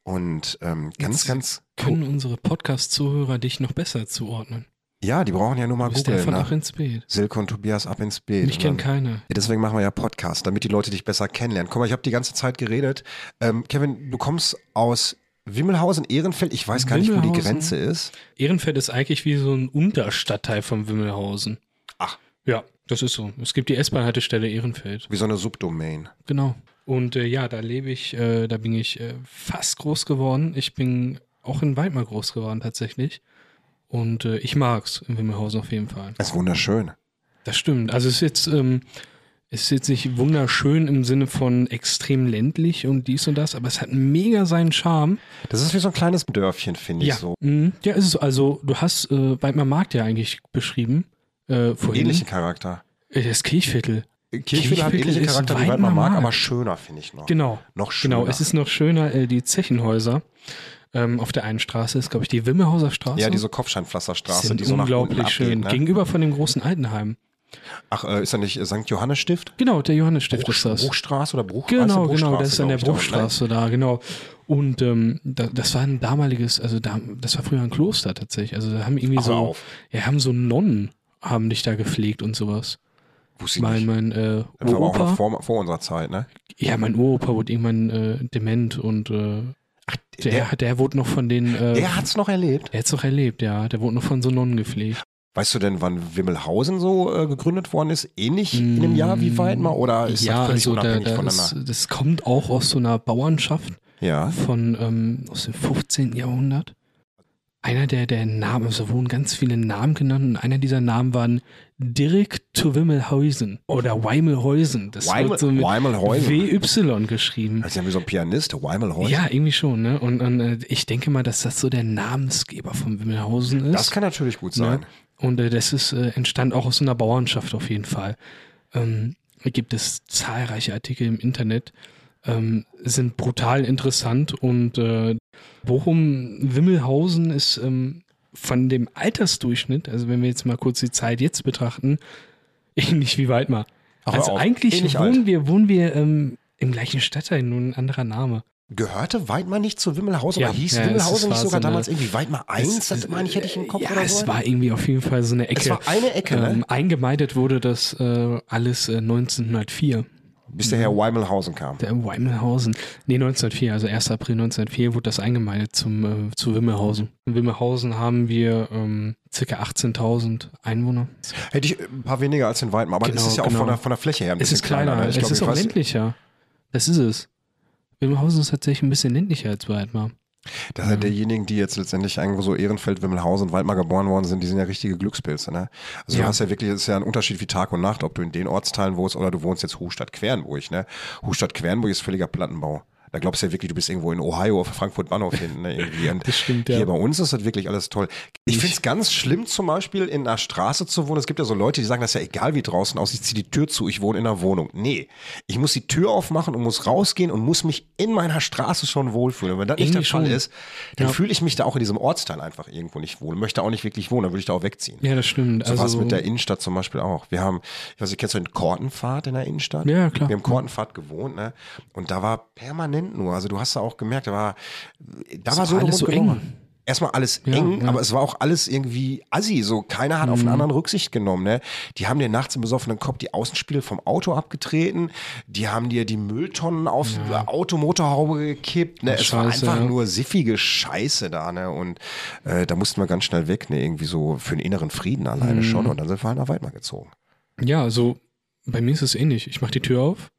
A: Und ähm, ganz,
B: Jetzt
A: ganz.
B: Können unsere Podcast-Zuhörer dich noch besser zuordnen?
A: Ja, die brauchen ja nur mal ne?
B: Du bist der
A: Google
B: von
A: nach
B: Ach ins Beet.
A: Silke und Tobias ab ins Bild.
B: Mich
A: Und
B: kennt
A: dann-
B: keiner.
A: Ja, Deswegen machen wir ja Podcast, damit die Leute dich besser kennenlernen. Guck mal, ich habe die ganze Zeit geredet. Ähm, Kevin, du kommst aus Wimmelhausen, Ehrenfeld. Ich weiß gar nicht, wo die
B: Wimmelhausen?
A: Grenze ist.
B: Ehrenfeld ist eigentlich wie so ein Unterstadtteil von Wimmelhausen.
A: Ach.
B: Ja, das ist so. Es gibt die S-Bahn-Haltestelle Ehrenfeld.
A: Wie so eine Subdomain.
B: Genau. Und äh, ja, da lebe ich, äh, da bin ich äh, fast groß geworden. Ich bin auch in Weimar groß geworden tatsächlich. Und äh, ich mag's in Wimmelhausen auf jeden Fall.
A: Das ist wunderschön.
B: Das stimmt. Also es ist jetzt, ähm, es ist jetzt nicht wunderschön im Sinne von extrem ländlich und dies und das, aber es hat mega seinen Charme.
A: Das ist wie so ein kleines Dörfchen, finde ich
B: ja.
A: so.
B: Mhm. Ja, ist es. so. Also du hast äh, Weidmar Markt ja eigentlich beschrieben. Äh, vorhin.
A: Ähnlichen Charakter.
B: Äh, Das Kirchviertel.
A: Kirchville hat ähnlichen
B: ist
A: Charakter wie
B: Weidmar
A: Weidmar Mark,
B: Mark.
A: aber schöner, finde ich noch.
B: Genau.
A: Noch schöner.
B: Genau, es ist noch schöner, äh, die Zechenhäuser ähm, auf der einen Straße ist, glaube ich, die Wimmehauser Straße.
A: ja, diese Kopfsteinpflasterstraße,
B: sind
A: die so nach
B: unglaublich
A: unten abgeht,
B: schön.
A: Ne?
B: Gegenüber von dem großen Altenheim.
A: Ach, äh, ist da nicht äh, St. Johannesstift?
B: Genau, der Johannesstift ist
A: Bruch-
B: das.
A: Bruchstraße oder Bruch? heißt
B: Genau,
A: Bruchstraße,
B: genau, das ist an der
A: glaub ich, da unten, ne?
B: Bruchstraße da, genau. Und ähm, da, das war ein damaliges, also da, das war früher ein Kloster tatsächlich. Also da haben irgendwie
A: Ach, hör
B: so,
A: auf.
B: ja, haben so Nonnen haben dich da gepflegt und sowas.
A: Wusste ich
B: Mein,
A: nicht.
B: mein äh,
A: Das war aber auch noch
B: Opa,
A: vor, vor unserer Zeit, ne?
B: ja, mein Uropa wurde irgendwann äh, dement und äh, der, der, wurde noch von den, äh,
A: der hat's noch erlebt.
B: der hat's doch erlebt, ja, der wurde noch von so Nonnen gepflegt.
A: Weißt du denn, wann Wimmelhausen so äh, gegründet worden ist? Ähnlich in einem Jahr wie Weidmar? Oder Ah, ist
B: Mm. ja,
A: das völlig
B: also da,
A: unabhängig
B: da ist,
A: voneinander?
B: das kommt auch aus so einer Bauernschaft.
A: Ja.
B: von ähm, aus dem 15. Jahrhundert. Einer der, der Namen, also wurden ganz viele Namen genannt und einer dieser Namen waren Dirk zu Wimmelhausen oder Weimelhausen. Das
A: Weimel- Also
B: wird so mit
A: Weimelhausen.
B: WY geschrieben.
A: Das ist ja wie so ein Pianist, Weimelhausen.
B: Ja, irgendwie schon, ne? Und, und äh, ich denke mal, dass das so der Namensgeber von Wimmelhausen ist.
A: Das kann natürlich gut sein.
B: Ne? Und äh, das ist, äh, entstand auch aus einer Bauernschaft auf jeden Fall. Ähm, gibt es zahlreiche Artikel im Internet, ähm, sind brutal interessant und äh, Bochum-Wimmelhausen ist ähm, von dem Altersdurchschnitt, also wenn wir jetzt mal kurz die Zeit jetzt betrachten, ähnlich wie Weidmar.
A: Ach, hör
B: also
A: auf.
B: eigentlich
A: Ähnlich alt.
B: wohnen wir, wohnen wir ähm, im gleichen Stadtteil, nur ein anderer Name.
A: Gehörte Weidmar nicht zu Wimmelhausen?
B: Ja.
A: Oder hieß
B: Ja, es- es
A: Wimmelhausen
B: war
A: nicht
B: so
A: sogar
B: eine-
A: damals irgendwie Weidmar 1?
B: Es-
A: Das meine ich, hätte ich im Kopf
B: ja,
A: oder so.
B: es war irgendwie auf jeden Fall so eine Ecke.
A: Es war eine Ecke, ne?
B: Ähm, eingemeindet wurde das äh, alles äh, 1904.
A: Bis der Herr
B: mhm.
A: Weimelhausen kam.
B: Der Wimmelhausen. Nee, 1904, also 1. April 1904 wurde das eingemeindet zum, äh, zu Wimmelhausen. In Wimmelhausen haben wir ähm, ca. 18.000 Einwohner.
A: Hätte ich ein paar weniger als in Weidmar, aber
B: Genau,
A: es ist ja auch
B: genau.
A: von der, von der Fläche her ein
B: Es
A: bisschen
B: ist kleiner,
A: ne?
B: es
A: Ich glaub,
B: ist
A: ich
B: auch
A: weiß-
B: ländlicher. Das ist es. Wimmelhausen ist tatsächlich ein bisschen ländlicher als Weidmar.
A: Das sind halt derjenigen, die jetzt letztendlich irgendwo so Ehrenfeld, Wimmelhausen, Waldmar geboren worden sind, die sind ja richtige Glückspilze. Ne? Also
B: Ja.
A: du hast ja wirklich, es ist ja ein Unterschied wie Tag und Nacht, ob du in den Ortsteilen wohnst oder du wohnst jetzt Hochstadt-Quernburg. Ne? Hochstadt-Quernburg ist völliger Plattenbau. Da glaubst du ja wirklich, du bist irgendwo in Ohio auf Frankfurt Bahnhof hinten. Ne, irgendwie. Und
B: Das stimmt, ja.
A: Hier bei uns ist das wirklich alles toll. Ich finde es ganz schlimm, zum Beispiel in einer Straße zu wohnen. Es gibt ja so Leute, die sagen, das ist ja egal, wie draußen aussieht, ich ziehe die Tür zu, ich wohne in einer Wohnung. Nee, ich muss die Tür aufmachen und muss rausgehen und muss mich in meiner Straße schon wohlfühlen. Und wenn das nicht der
B: Irgendwie
A: Fall
B: schon.
A: ist, dann
B: Ja.
A: fühle ich mich da auch in diesem Ortsteil einfach irgendwo nicht wohl. Möchte auch nicht wirklich wohnen, dann würde ich da auch wegziehen.
B: Ja, das stimmt.
A: So also, was
B: Also-
A: mit der Innenstadt zum Beispiel auch. Wir haben, ich weiß nicht, kennst du den Kortenpfad in der Innenstadt?
B: Ja, klar.
A: Wir haben Kortenpfad gewohnt, ne? Und da war permanent nur, also du hast da auch gemerkt, da war, da war
B: doch
A: so,
B: alles so
A: rumgelaufen.
B: eng.
A: Erstmal alles
B: Ja,
A: eng,
B: ja. Mhm.
A: aber es war auch alles irgendwie assi, so keiner hat auf den anderen Rücksicht genommen, ne? Die haben dir nachts im besoffenen Kopf die Außenspiegel vom Auto abgetreten, die haben dir die Mülltonnen auf die Automotorhaube gekippt, ne? Es war
B: Scheiße,
A: einfach
B: ja.
A: nur siffige Scheiße da, ne? Und äh, da mussten wir ganz schnell weg, ne? Irgendwie so für den inneren Frieden alleine schon.
B: Mhm.
A: Und dann sind wir halt nach Weidmar gezogen.
B: Ja, also bei mir ist es ähnlich. Ich mache die Tür auf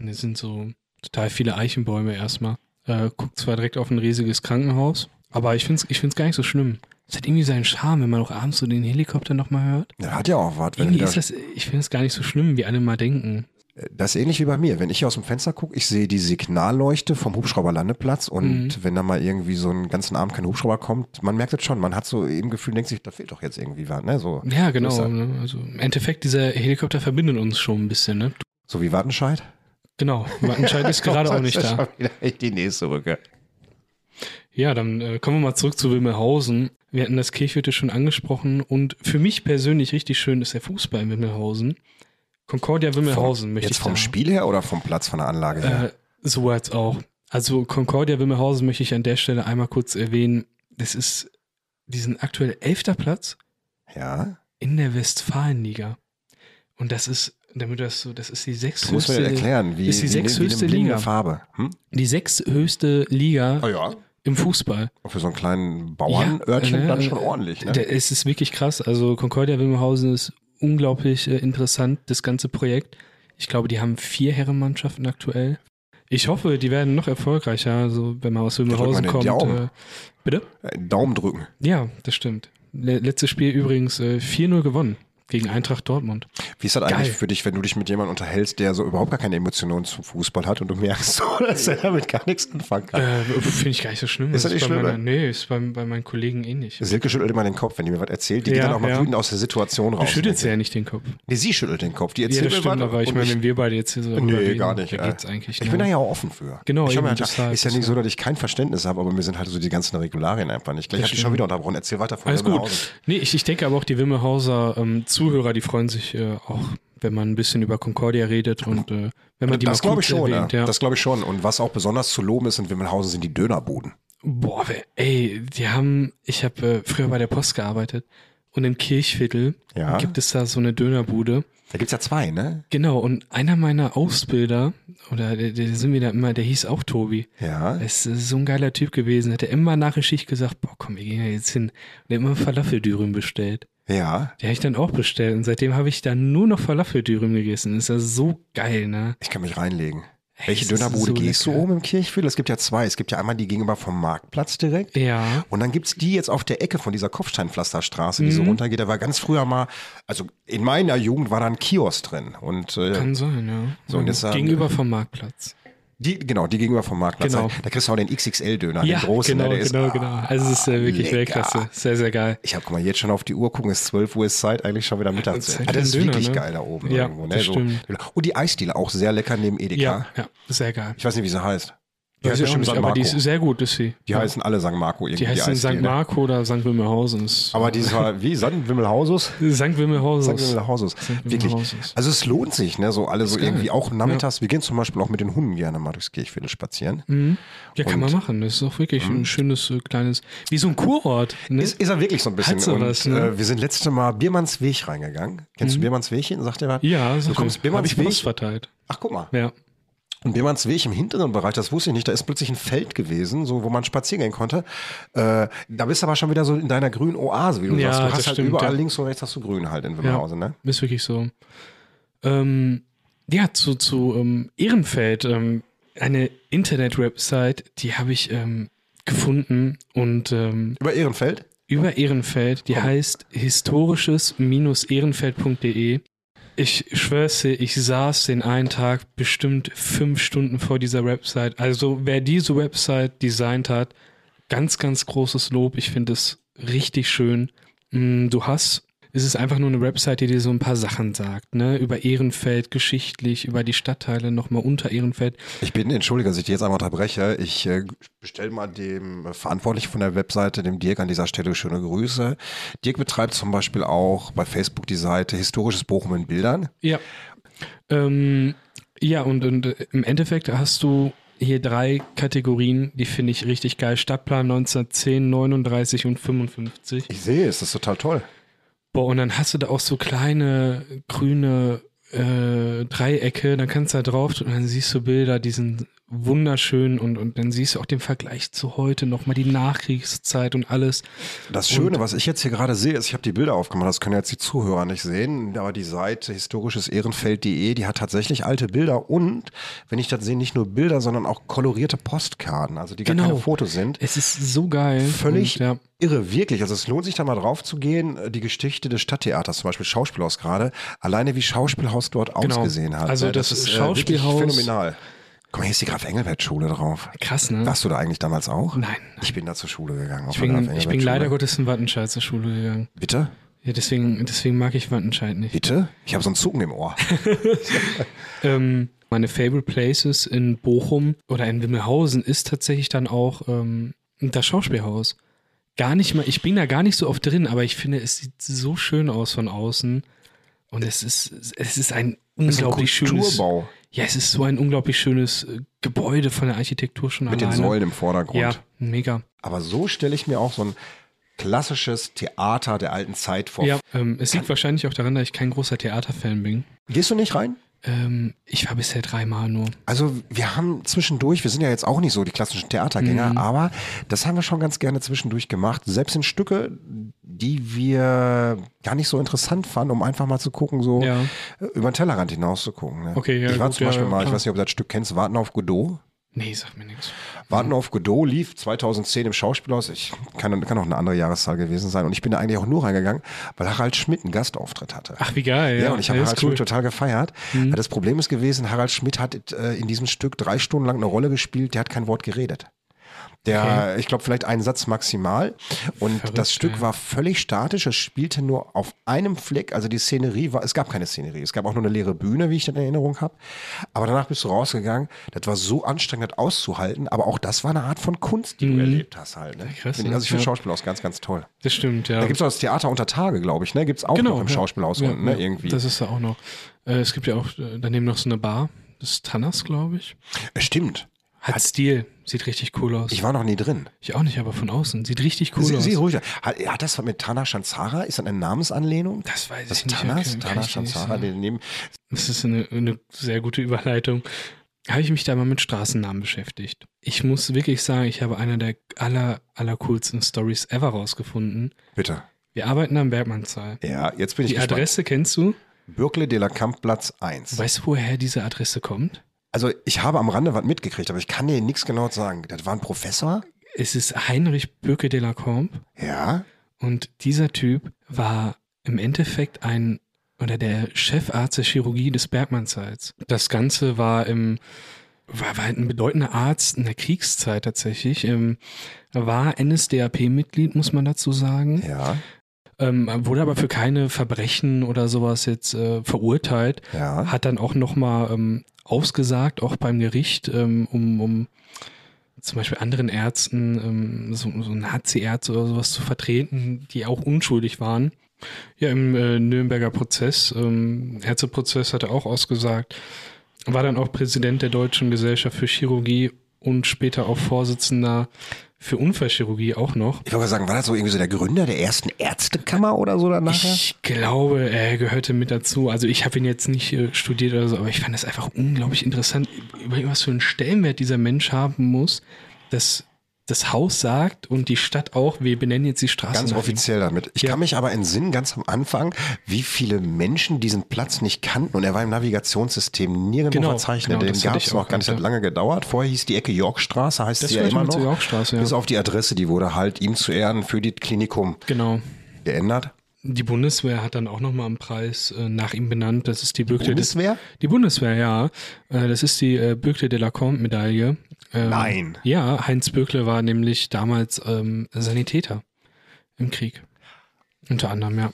B: und es sind so total viele Eichenbäume erstmal. Äh, guckt zwar direkt auf ein riesiges Krankenhaus, aber ich finde es ich find's gar nicht so schlimm. Es hat irgendwie seinen Charme, wenn man auch abends so den Helikopter nochmal hört.
A: Ja, hat ja auch was. wenn
B: Irgendwie
A: du da-
B: ist das, ich finde es gar nicht so schlimm, wie alle mal denken.
A: Das ist ähnlich wie bei mir. Wenn ich aus dem Fenster gucke, ich sehe die Signalleuchte vom Hubschrauberlandeplatz und
B: Mhm.
A: wenn da mal irgendwie so einen ganzen Abend kein Hubschrauber kommt, man merkt es schon. Man hat so eben Gefühl, denkt sich, da fehlt doch jetzt irgendwie was. Ne? So,
B: Ja, genau.
A: So, ist das.
B: ne? Also im Endeffekt, dieser Helikopter verbindet uns schon ein bisschen, ne?
A: so wie Wattenscheid.
B: Genau, Wattenscheid ist gerade auch
A: Das
B: nicht
A: ist
B: da.
A: schon wieder Die nächste Rücke.
B: Ja, dann äh, kommen wir mal zurück zu Wimmelhausen. Wir hatten das Kirchhütte schon angesprochen und für mich persönlich richtig schön ist der Fußball in Wimmelhausen. Concordia Wimmelhausen möchte
A: Jetzt
B: ich
A: vom
B: da,
A: Spiel her oder vom Platz von der Anlage her?
B: Äh, so als auch. Also Concordia Wimmelhausen möchte ich an der Stelle einmal kurz erwähnen. Das ist, die sind aktuell elfter Platz Äh,
A: ja.
B: in der Westfalenliga. Und das ist, damit das so, das ist
A: Du
B: die
A: musst mir
B: sechsthöchste,
A: das erklären, wie,
B: ist die
A: wie,
B: sechsthöchste
A: wie eine blinde
B: Liga.
A: Farbe. Hm?
B: die sechsthöchste Liga
A: ja.
B: im Fußball.
A: Und für so einen kleinen
B: Ja,
A: Bauernörtchen
B: äh,
A: dann schon
B: äh,
A: ordentlich. Ne?
B: Da- Es ist wirklich krass. Also Concordia Wimmelhausen ist unglaublich äh, interessant, das ganze Projekt. Ich glaube, die haben vier Herrenmannschaften aktuell. Ich hoffe, die werden noch erfolgreicher, also wenn man aus
A: drücken wir
B: Wimmelhausen
A: den
B: kommt.
A: Daumen.
B: Äh, bitte?
A: Äh, Daumen drücken.
B: Ja, das stimmt. Le letztes Spiel übrigens äh, 4-0 gewonnen gegen Eintracht Dortmund.
A: Wie ist das eigentlich
B: Geil.
A: für dich, wenn du dich mit jemandem unterhältst, der so überhaupt gar keine Emotionen zum Fußball hat und du merkst so, dass er damit gar nichts anfangen kann?
B: Äh, Finde ich gar nicht so schlimm.
A: Ist das nicht
B: bei
A: schlimm,
B: meiner,
A: ne?
B: Nee, ist bei, bei meinen Kollegen eh ähnlich.
A: Silke schüttelt immer den Kopf, wenn die mir was erzählt. Die geht
B: Ja,
A: dann auch mal
B: ja.
A: wütend aus der Situation
B: Du
A: raus.
B: schüttelst ja nicht den Kopf.
A: Nee, sie schüttelt den Kopf. Die
B: Ja,
A: erzählt
B: das
A: mir
B: stimmt,
A: was
B: aber ich
A: und
B: meine, wenn wir beide jetzt hier so darüber
A: Nee,
B: reden,
A: gar nicht.
B: Da
A: äh.
B: geht's eigentlich.
A: ich
B: ne?
A: bin da ja auch offen für.
B: Genau,
A: ich hab
B: eben,
A: ja,
B: deshalb,
A: ist ja nicht so, dass ich kein Verständnis habe, aber mir sind halt so die ganzen Regularien einfach nicht. Gleich
B: Das
A: hab ich schon
B: stimmt.
A: wieder unterbrochen. Erzähl weiter von
B: Alles
A: der
B: gut.
A: Brause.
B: Nee, ich, ich denke aber auch, die Wimmelhauser ähm, Zuhörer, die freuen sich äh, auch, wenn man ein bisschen über Concordia redet und äh, wenn man die
A: Das
B: mal
A: glaube ich
B: kurz
A: schon,
B: erwähnt,
A: ja.
B: ja.
A: Das glaube ich schon. Und was auch besonders zu loben ist in Wimmelhausen, sind die Dönerbuden.
B: Boah, wer- ey, die haben, ich habe äh, früher bei der Post gearbeitet und im Kirchviertel
A: Ja.
B: gibt es da so eine Dönerbude.
A: Da gibt's ja zwei, ne?
B: Genau, und einer meiner Ausbilder, oder der, der sind wir da immer, der hieß auch Tobi.
A: Ja.
B: Das ist äh, so ein geiler Typ gewesen, hat er immer nach der Schicht gesagt, boah komm, wir gehen ja jetzt hin. Und er hat immer Falafeldürüm bestellt.
A: Ja.
B: Die habe ich dann auch bestellt und seitdem habe ich dann nur noch Falafeldürüm gegessen. Ist ja so geil, ne?
A: Ich kann mich reinlegen. Welche
B: das ist
A: Dönerbude
B: so
A: gehst du
B: lecker.
A: oben im Kirchviertel? Es gibt ja zwei. Es gibt ja einmal die gegenüber vom Marktplatz direkt.
B: Ja.
A: Und dann gibt's die jetzt auf der Ecke von dieser Kopfsteinpflasterstraße, die so
B: Mhm.
A: runtergeht. Da war ganz früher mal, also in meiner Jugend war da ein Kiosk drin. Und äh,
B: Kann sein, ja.
A: So, und jetzt, ähm,
B: Gegenüber vom Marktplatz.
A: die, genau, die gegenüber vom Marktplatz.
B: Genau.
A: Da kriegst du auch den XXL-Döner, den großen.
B: genau,
A: ne? der
B: genau,
A: ist, ah,
B: genau. Also es ist äh, wirklich
A: lecker.
B: Weltklasse. Sehr, sehr geil.
A: Ich habe, guck mal, jetzt schon auf die Uhr gucken, ist 12 Uhr ist Zeit, eigentlich schon wieder
B: Das
A: Mittagszeit.
B: ist
A: Ah, das
B: ein
A: ist
B: Döner,
A: wirklich
B: ne?
A: geil da oben.
B: Ja,
A: irgendwo, ne?
B: das
A: so.
B: stimmt.
A: Und die Eisdiele auch sehr lecker neben Edeka.
B: Ja, ja, sehr geil.
A: Ich weiß nicht, wie sie heißt.
B: Weiß
A: heißt
B: ich auch
A: bestimmt
B: nicht,
A: San
B: aber die ist
A: Marco.
B: sehr gut, ist sie.
A: Die
B: ja.
A: heißen alle St. Marco irgendwie.
B: die heißt in
A: Eisdiele.
B: St. Marco oder St. Wilhelmshausen. Ist
A: Aber die war wie Sand Wimmelhausus?
B: St. Wilhelmshausen.
A: Sand Wimmelhausus. Wirklich.
B: Wilhelmshausen.
A: Also es lohnt sich, ne? So alle so
B: geil.
A: irgendwie auch nachmittags. Wir gehen zum Beispiel auch mit den Hunden gerne mal durchs Kirchviertel spazieren.
B: Mhm. Ja, kann
A: Und- Mhm.
B: man machen. Das ist auch wirklich ein schönes, äh, kleines, wie so ein Kurort. Ne?
A: Ist, ist er wirklich so ein bisschen.
B: Hat so was,
A: und,
B: ne? Mhm.
A: äh, wir sind letzte Mal Biermannsweg reingegangen. Kennst du Biermannswegchen? Sagt er was?
B: ja,
A: Du kommst
B: habe ich Post
A: Biermannsweg.
B: verteilt.
A: Ach, guck mal.
B: Ja.
A: Und Biermannsweg im hinteren Bereich, das wusste ich nicht, da ist plötzlich ein Feld gewesen, so wo man spazieren gehen konnte. Äh, da bist du aber schon wieder so in deiner grünen Oase, wie du
B: Ja,
A: sagst. Du
B: das
A: hast halt
B: stimmt,
A: überall
B: ja.
A: links und rechts hast du grün halt in Wimmerhausen, ne?
B: Ist wirklich so. Ähm, ja, zu, zu ähm, Ehrenfeld, ähm, eine Internet-Website, die habe ich ähm, gefunden und ähm,
A: Über Ehrenfeld?
B: über Ehrenfeld. Die heißt historisches-ehrenfeld.de. Ich schwör's dir, ich saß den einen Tag bestimmt fünf Stunden vor dieser Website. Also wer diese Website designt hat, ganz, ganz großes Lob. Ich finde es richtig schön. Mm, Du hast, es ist einfach nur eine Website, die dir so ein paar Sachen sagt, ne? Über Ehrenfeld, geschichtlich, über die Stadtteile, nochmal unter Ehrenfeld.
A: Ich bin, entschuldige, dass ich dich jetzt einmal unterbreche. Ich äh, bestelle mal dem Verantwortlichen von der Webseite, dem Dirk, an dieser Stelle schöne Grüße. Dirk betreibt zum Beispiel auch bei Facebook die Seite Historisches Bochum in Bildern.
B: Ja. Ähm, ja, und, und äh, im Endeffekt hast du hier drei Kategorien, die finde ich richtig geil. Stadtplan 1910, 39 und 55.
A: Ich sehe es, das ist total toll.
B: Boah, und dann hast du da auch so kleine grüne äh, Dreiecke, dann kannst du da drauf drücken und dann siehst du Bilder, die sind wunderschön und, und dann siehst du auch den Vergleich zu heute, nochmal die Nachkriegszeit und alles.
A: Das Schöne, was ich jetzt hier gerade sehe, ist, ich habe die Bilder aufgemacht, das können jetzt die Zuhörer nicht sehen, aber die Seite historischesehrenfeld.de, die hat tatsächlich alte Bilder und, wenn ich das sehe, nicht nur Bilder, sondern auch kolorierte Postkarten, also die gar
B: Genau.
A: keine Fotos sind.
B: Es ist so geil.
A: Völlig
B: Und, ja.
A: irre, wirklich. Also es lohnt sich da mal drauf zu gehen. äh, Die Geschichte des Stadttheaters, zum Beispiel Schauspielhaus gerade, alleine wie Schauspielhaus dort ausgesehen hat.
B: Also
A: ne?
B: das
A: ist
B: Schauspielhaus-
A: wirklich phänomenal. Guck mal, hier ist die Graf-Engelbert-Schule drauf.
B: Krass, ne?
A: Warst du da eigentlich damals auch?
B: Nein.
A: Ich bin da zur Schule gegangen. auf
B: Ich
A: der
B: bin, ich bin
A: Graf-Engelbert-Schule.
B: leider Gottes in Wattenscheid zur Schule gegangen.
A: Bitte?
B: Ja, deswegen, deswegen mag ich Wattenscheid nicht.
A: Bitte? Ich habe so einen Zucken im Ohr.
B: Ähm, meine Favorite Places in Bochum oder in Wimmelhausen ist tatsächlich dann auch ähm, das Schauspielhaus. Gar nicht mal, ich bin da gar nicht so oft drin, aber ich finde, es sieht so schön aus von außen. Und es ist, es ist ein
A: Ist ein
B: unglaublich schönes.
A: Kulturbau
B: Ja, es ist so ein unglaublich schönes äh, Gebäude von der Architektur schon
A: mit den
B: alleine.
A: Säulen im Vordergrund.
B: ne? Ja, mega.
A: Aber so stelle ich mir auch so ein klassisches Theater der alten Zeit vor.
B: Ja, ähm, es liegt wahrscheinlich auch daran, dass ich kein großer Theaterfan bin.
A: Gehst du nicht rein?
B: Ähm, ich war bisher dreimal nur.
A: Also wir haben zwischendurch, wir sind ja jetzt auch nicht so die klassischen Theatergänger,
B: Mhm.
A: aber das haben wir schon ganz gerne zwischendurch gemacht. Selbst in Stücke, die wir gar nicht so interessant fanden, um einfach mal zu gucken, so
B: Ja.
A: äh, über den Tellerrand hinaus zu gucken. Ne?
B: Okay, ja,
A: ich war
B: gut,
A: zum Beispiel
B: ja,
A: mal, ich
B: klar.
A: weiß nicht, ob du das Stück kennst, Warten auf Godot.
B: Nee, sag mir nichts.
A: Warten auf Godot lief 2010 im Schauspielhaus. Ich kann, kann auch eine andere Jahreszahl gewesen sein. Und ich bin da eigentlich auch nur reingegangen, weil Harald Schmidt einen Gastauftritt hatte.
B: Ach, wie geil.
A: Ja, und ich habe
B: Ja, ist
A: Harald
B: cool. Mhm.
A: Schmidt total gefeiert. Das Problem ist gewesen, Harald Schmidt hat äh, in diesem Stück drei Stunden lang eine Rolle gespielt, der hat kein Wort geredet. Der, ich glaube, vielleicht einen Satz maximal. Und
B: Verrückt,
A: das Stück
B: ey.
A: war völlig statisch. Es spielte nur auf einem Fleck. Also die Szenerie war, es gab keine Szenerie. Es gab auch nur eine leere Bühne, wie ich das in Erinnerung habe. Aber danach bist du rausgegangen. Das war so anstrengend, das auszuhalten. Aber auch das war eine Art von Kunst, die du erlebt hast halt. Ne?
B: krass,
A: Finde ich-
B: ne?
A: also ich finde
B: Mhm. Ja.
A: Schauspiel aus ganz, ganz toll.
B: Das stimmt, ja. Genau,
A: Da gibt es auch das Theater unter Tage, glaube ich. Ne? Gibt es auch noch im
B: ja.
A: Schauspielhaus
B: Ja,
A: unten, ne?
B: ja.
A: irgendwie.
B: Das ist da auch noch. Äh, es gibt ja auch äh, daneben noch so eine Bar. Das ist Tannas, glaube ich.
A: Äh, Stimmt.
B: Hat Stil. Sieht richtig cool aus.
A: Ich
B: Ich,
A: war noch nie drin.
B: auch nicht, aber von außen. Sieht richtig cool
A: Sie,
B: aus.
A: sie ruhig. Hat, hat das was mit Tana Shanzara? Ist das eine Namensanlehnung?
B: das weiß
A: Das
B: ich nicht.
A: Tanas?
B: kann- kann
A: Tana
B: ich dir nicht
A: Shanzara?
B: sagen.
A: die nehmen-
B: Das ist eine, eine sehr gute Überleitung. Habe ich mich da mal mit Straßennamen beschäftigt. Ich muss wirklich sagen, ich habe eine der aller, aller coolsten Stories ever rausgefunden.
A: Bitte.
B: Wir arbeiten am Bergmannsaal.
A: Ja, jetzt bin ich
B: Die
A: gespannt.
B: Adresse kennst du?
A: Bürkle de la Kampfplatz 1.
B: Weißt du, woher diese Adresse kommt?
A: Also ich habe am Rande was mitgekriegt, aber ich kann dir nichts genau sagen. Das war ein Professor?
B: Es ist Heinrich Böcke de la Combe
A: Ja.
B: und dieser Typ war im Endeffekt ein oder der Chefarzt der Chirurgie des Bergmannsals. Das Ganze war im war, war halt ein bedeutender Arzt in der Kriegszeit tatsächlich. Ähm, war NSDAP-Mitglied, muss man dazu sagen.
A: Ja.
B: Ähm, wurde aber für keine Verbrechen oder sowas jetzt äh, verurteilt.
A: Ja.
B: hat dann auch nochmal ähm, ausgesagt, auch beim Gericht, ähm, um, um zum Beispiel anderen Ärzten, ähm, so, so Nazi-Ärzte oder sowas zu vertreten, die auch unschuldig waren. Ja, im äh, Nürnberger Prozess, ähm, Ärzteprozess hat er auch ausgesagt, war dann auch Präsident der Deutschen Gesellschaft für Chirurgie und später auch Vorsitzender für Unfallchirurgie auch noch.
A: Ich wollte sagen, war das so irgendwie so der Gründer der ersten Ärztekammer oder so danach?
B: Ich glaube, er gehörte mit dazu. Also ich habe ihn jetzt nicht äh, studiert oder so, aber ich fand das einfach unglaublich interessant, über was für einen Stellenwert dieser Mensch haben muss, dass das Haus sagt und die Stadt auch, wir benennen jetzt die Straße.
A: Ganz
B: nach ihm.
A: offiziell damit. Ich
B: Ja.
A: kann mich aber entsinnen, ganz am Anfang, wie viele Menschen diesen Platz nicht kannten und er war im Navigationssystem nirgendwo
B: Genau,
A: verzeichnet.
B: genau,
A: Den
B: das
A: gab
B: hatte ich
A: es noch
B: auch,
A: ganz
B: ja.
A: hat lange gedauert. Vorher hieß die Ecke Yorkstraße, heißt
B: Das
A: sie ja
B: gehört
A: immer
B: mit
A: noch.
B: zur Yorkstraße, ja.
A: Bis auf die Adresse, die wurde halt ihm zu Ehren für die Klinikum
B: Genau.
A: geändert.
B: Die Bundeswehr hat dann auch nochmal einen Preis äh, nach ihm benannt. Das ist die Bürgte des-
A: Bundeswehr?
B: Die Bundeswehr, ja. Äh, das ist die äh, Bürgte de la Comte-Medaille. Ähm,
A: Nein.
B: Ja, Heinz Bürkle war nämlich damals ähm, Sanitäter im Krieg. Unter anderem, ja.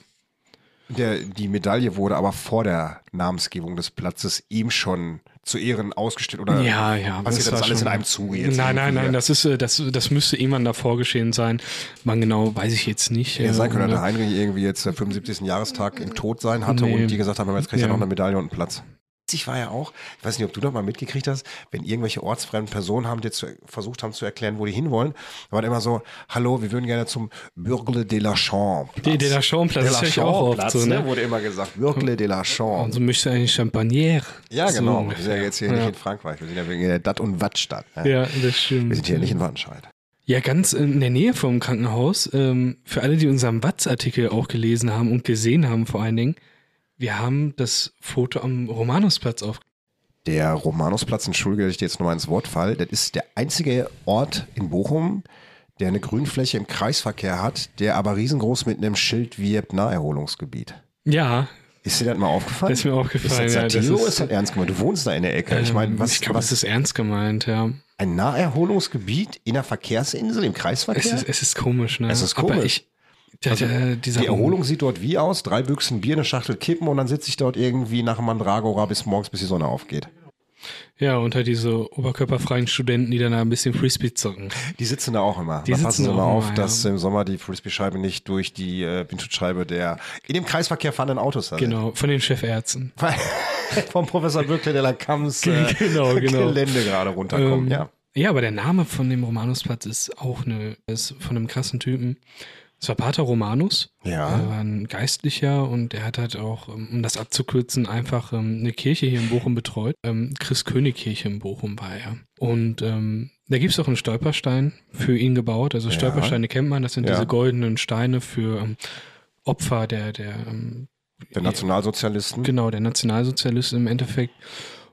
A: Der, die Medaille wurde aber vor der Namensgebung des Platzes ihm schon zu Ehren ausgestellt oder
B: Ja, ja.
A: Äh, passiert das,
B: war
A: alles
B: schon-
A: in einem Zuge jetzt?
B: Nein, nein,
A: irgendwie?
B: nein, das, ist, äh, das, das müsste irgendwann davor geschehen sein. Wann genau, weiß ich jetzt nicht.
A: Ja,
B: Äh,
A: sein könnte,
B: und,
A: dass
B: äh,
A: Heinrich irgendwie jetzt äh, 75. Jahrestag im Tod sein hatte
B: Nee.
A: und die gesagt haben, aber jetzt kriegst du ja.
B: Ja.
A: noch eine Medaille und einen Platz. Ich war ja auch, ich weiß nicht, ob du das mal mitgekriegt hast, wenn irgendwelche ortsfremden Personen haben, die zu, versucht haben zu erklären, wo die hinwollen, da war immer so, hallo, wir würden gerne zum Bürgle de la Chambre.
B: Die- de la Chambre-Platz, das höre ich auch oft so, ne?
A: Wurde immer gesagt, Bürgle de la Chambre.
B: Also möchte eigentlich Champagner.
A: ja,
B: So
A: genau. wir
B: ungefähr.
A: sind ja jetzt hier nicht in Frankreich, wir sind ja wegen der Dat- und Wattstadt. Ne?
B: Ja, das stimmt.
A: Wir sind hier nicht in Wattenscheid.
B: Ja, ganz in der Nähe vom Krankenhaus. Ähm, für alle, die unseren Watz-Artikel auch gelesen haben und gesehen haben, vor allen Dingen, wir haben das Foto am Romanusplatz auf.
A: Der Romanusplatz, entschuldige, dass ich dir jetzt nochmal ins Wort fall, das ist der einzige Ort in Bochum, der eine Grünfläche im Kreisverkehr hat, der aber riesengroß mit einem Schild wirbt Naherholungsgebiet.
B: Ja,
A: Ist dir das mal aufgefallen?
B: Das ist mir aufgefallen,
A: Ist das
B: ja,
A: Satire
B: das
A: oder
B: ist-
A: ist das ernst gemeint? Du wohnst da in der Ecke. Ich meine,
B: ähm,
A: was,
B: ich glaube,
A: was
B: es ist ernst gemeint, ja.
A: ein Naherholungsgebiet in der Verkehrsinsel, im Kreisverkehr?
B: Es ist, es ist komisch, ne?
A: Es ist
B: Aber
A: komisch. Also
B: ich, der, der, dieser
A: die Erholung sieht dort wie aus? Drei Büchsen Bier, eine Schachtel Kippen und dann sitze ich dort irgendwie nach Mandragora bis morgens, bis die Sonne aufgeht.
B: Ja, unter diese oberkörperfreien Studenten, die dann da ein bisschen Frisbee zocken.
A: Die sitzen da auch immer.
B: Die
A: da
B: sitzen
A: passen sie
B: auch
A: mal auf,
B: immer, ja.
A: dass im Sommer die Frisbee-Scheibe nicht durch die äh, Windschutzscheibe der in dem Kreisverkehr fahrenden Autos da
B: Genau, von den Chefärzten.
A: sind. Vom Professor Birkle de la Camps äh,
B: Genau, genau.
A: Gelände gerade runterkommen.
B: Ähm,
A: ja.
B: Ja, aber der Name von dem Romanusplatz ist auch eine, ist von einem krassen Typen. Es war Pater Romanus. Er
A: Ja.
B: war ein Geistlicher und er hat halt auch, ähm, um das abzukürzen, einfach ähm, eine Kirche hier in Bochum betreut. Ähm, Chris-König-Kirche in Bochum war er. Und ähm, da gibt es auch einen Stolperstein für ihn gebaut. Also Stolpersteine kennt man, das sind
A: Ja.
B: diese goldenen Steine für ähm, Opfer der, der ähm,
A: Der Nationalsozialisten.
B: Genau, der Nationalsozialist im Endeffekt.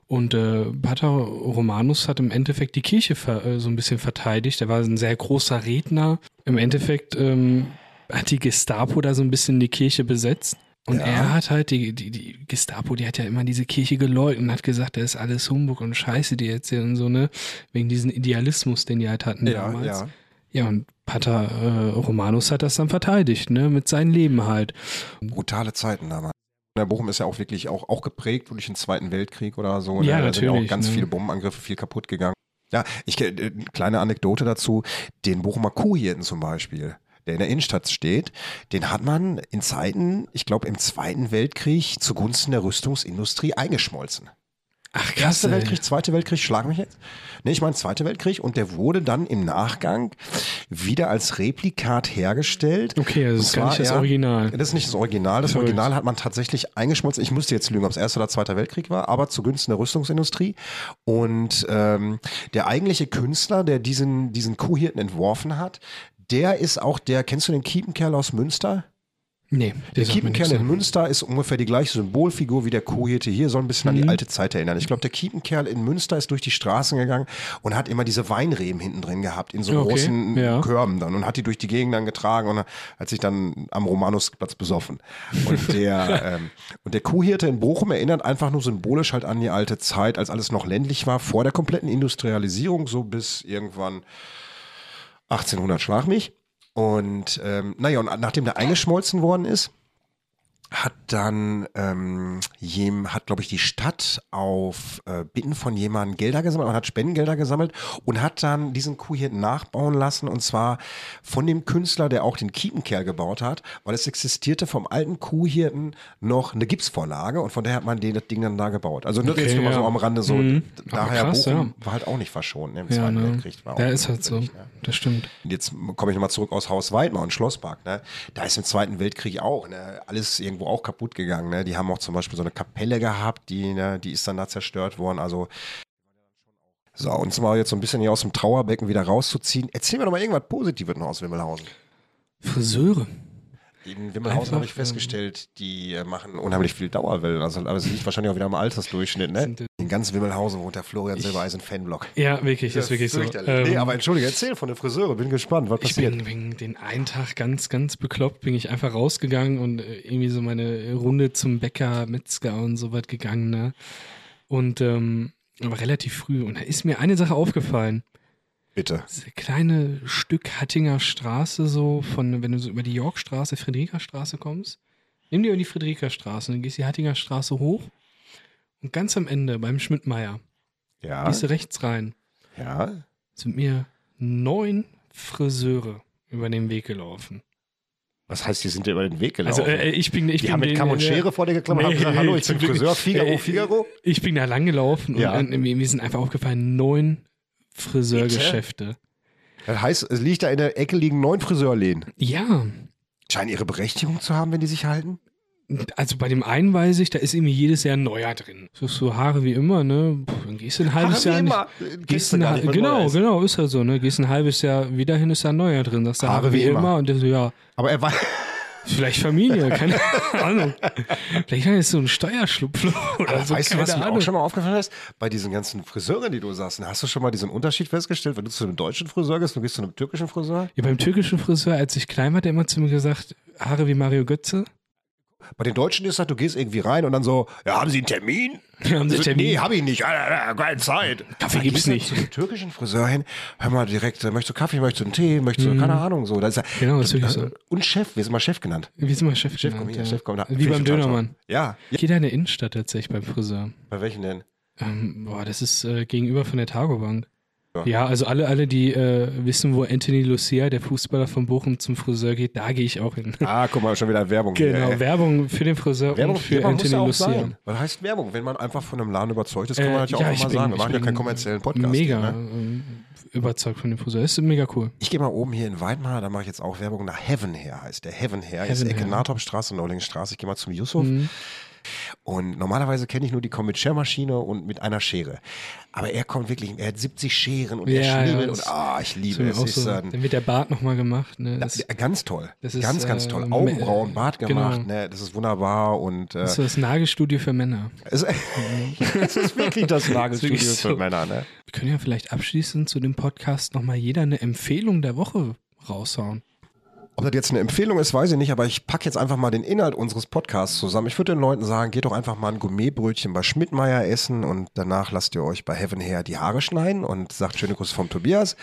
B: Und äh, Pater Romanus hat im Endeffekt die Kirche ver, äh, so ein bisschen verteidigt. Er war ein sehr großer Redner. Im Endeffekt ähm, hat die Gestapo da so ein bisschen die Kirche besetzt. Und
A: Ja.
B: er hat halt, die, die, die Gestapo, die hat ja immer diese Kirche geleugnet und hat gesagt, da ist alles Humbug und Scheiße, die erzählen und so, ne? Wegen diesem Idealismus, den die halt hatten
A: Ja,
B: damals.
A: ja.
B: ja, und Pater äh, Romanus hat das dann verteidigt, ne? Mit seinem Leben halt.
A: Brutale Zeiten damals. Der Bochum ist ja auch wirklich auch, auch geprägt durch den Zweiten Weltkrieg oder so.
B: Ja,
A: da sind ja auch
B: natürlich,
A: ganz
B: ne.
A: viele Bombenangriffe, viel kaputt gegangen. Ja, ich ke- äh, kleine Anekdote dazu. Den Bochumer Kuhhirten zum Beispiel, der in der Innenstadt steht, den hat man in Zeiten, ich glaube im Zweiten Weltkrieg zugunsten der Rüstungsindustrie eingeschmolzen.
B: Ach,
A: Erster
B: ey.
A: Weltkrieg, Zweiter Weltkrieg, schlag mich jetzt. Nee, ich meine Zweiter Weltkrieg und der wurde dann im Nachgang wieder als Replikat hergestellt.
B: Okay, also
A: Und
B: das ist gar nicht
A: zwar,
B: das
A: ja,
B: Original.
A: Das ist nicht das Original. Das
B: Verrückt.
A: Original hat man tatsächlich eingeschmolzen. Ich müsste jetzt lügen, ob es Erster oder Zweiter Weltkrieg war, aber zugunsten der Rüstungsindustrie. Und ähm, der eigentliche Künstler, der diesen, diesen Kuhhirten entworfen hat, der ist auch der, kennst du den Kiepenkerl aus Münster?
B: Nee,
A: Der
B: sagt mir
A: Kiepenkerl
B: nichts,
A: in
B: ne?
A: Münster ist ungefähr die gleiche Symbolfigur wie der Kuhhirte hier, soll ein bisschen
B: Mhm.
A: an die alte Zeit erinnern. Ich glaube, der Kiepenkerl in Münster ist durch die Straßen gegangen und hat immer diese Weinreben hinten drin gehabt, in so
B: Okay,
A: großen
B: ja.
A: Körben dann und hat die durch die Gegend dann getragen und hat sich dann am Romanusplatz besoffen. Und der, ähm, und der Kuhhirte in Bochum erinnert einfach nur symbolisch halt an die alte Zeit, als alles noch ländlich war, vor der kompletten Industrialisierung, so bis irgendwann 1800 schlag mich. Und ähm, naja, und nachdem der eingeschmolzen worden ist, hat dann ähm, jem, hat, glaube ich, die Stadt auf äh, Bitten von jemandem Gelder gesammelt, man hat Spendengelder gesammelt und hat dann diesen Kuh hier nachbauen lassen und zwar von dem Künstler, der auch den Kiepenkerl gebaut hat, weil es existierte vom alten Kuhhirten noch eine Gipsvorlage und von daher hat man den, das Ding dann da gebaut. Also nur
B: Okay,
A: jetzt nur mal so
B: ja.
A: am Rande so.
B: Mhm. Aber
A: Daher
B: krass,
A: Bochum war halt auch nicht verschont. Ne? Im
B: Ja,
A: Zweiten
B: ne.
A: Weltkrieg war auch
B: ja, ist halt so.
A: natürlich, ne?
B: Das stimmt.
A: Und Jetzt komme ich nochmal zurück aus Haus Weidmar und Schlosspark. Ne? Da ist im Zweiten Weltkrieg auch ne? alles irgendwo auch kaputt gegangen. Ne? Die haben auch zum Beispiel so eine Kapelle gehabt, die, ne? die ist dann da zerstört worden. Also So, uns mal jetzt so ein bisschen hier aus dem Trauerbecken wieder rauszuziehen. Erzähl mir doch mal irgendwas Positives noch aus Wimmelhausen.
B: Friseure.
A: In Wimmelhausen habe ich
B: Einfach, ähm,
A: festgestellt, die äh, machen unheimlich viel Dauerwellen. Also, aber es liegt wahrscheinlich auch wieder am Altersdurchschnitt, ne?
B: Sind, äh,
A: In ganz Wimmelhausen wohnt der Florian Silbereisen Fanblock.
B: Ja, wirklich, ist wirklich so.
A: fürchterlich. nee,
B: Ähm,
A: aber entschuldige, erzähl von der Friseure, bin gespannt, was
B: Ich
A: passiert.
B: bin wegen den einen Tag ganz, ganz bekloppt, bin ich einfach rausgegangen und äh, irgendwie so meine Runde zum Bäcker, Metzger und so was gegangen. Ne? Und ähm, aber relativ früh. Und da ist mir eine Sache aufgefallen.
A: Bitte.
B: Diese kleine Stück Hattinger Straße, so von, wenn du so über die Yorkstraße, Friederikastraße kommst, nimm dir über die Friederikastraße und dann gehst die Hattinger Straße hoch. Und ganz am Ende beim Schmidtmeier,
A: Ja.
B: gehst du rechts rein,
A: Ja.
B: sind mir neun Friseure über den Weg gelaufen.
A: Was heißt, die sind dir über den Weg gelaufen?
B: Also äh, ich bin, ich
A: die
B: bin
A: haben mit
B: den- äh,
A: Kamm und Schere vor dir geklammert und haben gesagt, hallo, ich
B: zum
A: bin
B: Glück
A: Friseur,
B: nicht.
A: Figaro,
B: Äh,
A: Figaro.
B: Ich bin da lang gelaufen
A: Ja.
B: und äh, mir, mir sind einfach aufgefallen neun Friseurgeschäfte.
A: Das heißt, es liegt da in der Ecke liegen neun Friseurläden.
B: Ja,
A: Scheinen ihre Berechtigung zu haben, wenn die sich halten?
B: also bei dem einen weiß ich, da ist irgendwie jedes Jahr ein neuer drin. So, so Haare wie immer, ne? Puh, dann gehst du ein
A: Haare
B: halbes
A: wie
B: Jahr
A: immer.
B: nicht.
A: Kennst
B: Gehst
A: du
B: ein,
A: gar
B: Ha-
A: nicht, was
B: genau,
A: Neues.
B: genau, ist halt so, ne? Gehst ein halbes Jahr wieder hin, ist da ein neuer drin. Sagst du Haare, wie, immer. und der so, ja,
A: Aber er war.
B: vielleicht Familie, keine Ahnung. Vielleicht ist so ein Steuerschlupfloch oder
A: Aber
B: so.
A: weißt du,
B: Also keine
A: was mir
B: Ahnung.
A: auch schon mal aufgefallen ist? Bei diesen ganzen Friseuren, die du sagst, hast du schon mal diesen Unterschied festgestellt, wenn du zu einem deutschen Friseur gehst und du gehst zu einem türkischen Friseur?
B: ja, beim türkischen Friseur, als ich klein war, hat er immer zu mir gesagt, Haare wie Mario Götze.
A: Bei den Deutschen ist das, du gehst irgendwie rein und dann so, ja, haben Sie einen Termin?
B: Haben Sie einen
A: So,
B: Termin?
A: Nee, habe ich nicht. Ah, ah, Keine Zeit.
B: Kaffee
A: Dann
B: gibt's
A: gehst du
B: nicht.
A: Zu einem türkischen Friseur hin, hör mal direkt, äh, möchtest du Kaffee, möchtest du einen Tee, möchtest du, keine Ahnung, so. Das ist ja,
B: Mhm. Genau, das ist wirklich
A: äh,
B: so.
A: Und Chef, wir sind mal Chef genannt.
B: Wie ist immer Chef?
A: Chef,
B: genannt,
A: komm hier,
B: ja.
A: Chef, komm da. Finde
B: Wie
A: ich
B: beim
A: total
B: Dönermann.
A: toll. Ja. ja.
B: Ich gehe da in der Innenstadt tatsächlich beim Friseur.
A: Bei welchen denn?
B: Ähm, boah, das ist äh, gegenüber von der Targobank.
A: Ja.
B: Ja. also alle, alle, die äh, wissen, wo Anthony Lucia, der Fußballer von Bochum, zum Friseur geht, da gehe ich auch hin.
A: Ah, guck mal, schon wieder Werbung. hier,
B: genau,
A: ey.
B: Werbung für den Friseur
A: Werbung
B: und für
A: Werbung muss
B: Anthony
A: ja auch
B: Lucia.
A: sein. Was heißt Werbung? Wenn man einfach von einem Laden überzeugt ist, kann man
B: Äh,
A: halt ja auch
B: ich
A: mal
B: bin-
A: sagen. Wir
B: ich
A: machen ja
B: bin
A: keinen kommerziellen Podcast.
B: Mega
A: hier, ne?
B: ähm, überzeugt von dem Friseur. Ist mega cool.
A: Ich gehe mal oben hier in Weidmar, da mache ich jetzt auch Werbung nach Heaven her, heißt der Heaven her. Ist
B: Heaven
A: Ecke
B: Hair.
A: Nathopstraße, Neulingstraße. Ich gehe mal zum Yusuf.
B: Mhm.
A: Und normalerweise kenne ich nur die kommen mit Schermaschine und mit einer Schere. Aber er kommt wirklich, er hat 70 Scheren und er
B: Ja, ja,
A: schnibbelt
B: das-
A: und ah, ich
B: Das
A: liebe
B: mir
A: es.
B: auch
A: Ist,
B: so,
A: ähm,
B: dann wird der Bart nochmal gemacht. Ne? Das,
A: ja, ganz toll.
B: das ist,
A: ganz, ganz
B: äh,
A: toll.
B: äh,
A: Augenbrauen, Bart
B: genau.
A: gemacht, ne? Das ist wunderbar und äh,
B: das ist so das Nagelstudio für Männer.
A: es, es ist wirklich das Nagelstudio
B: wirklich
A: für
B: so.
A: Männer, ne?
B: Wir können ja vielleicht abschließend zu dem Podcast nochmal jeder eine Empfehlung der Woche raushauen.
A: Ob das jetzt eine Empfehlung ist, weiß ich nicht, aber ich packe jetzt einfach mal den Inhalt unseres Podcasts zusammen. Ich würde den Leuten sagen, geht doch einfach mal ein Gourmetbrötchen bei Schmidtmeier essen und danach lasst ihr euch bei Heaven Hair die Haare schneiden und sagt schöne Grüße vom Tobias.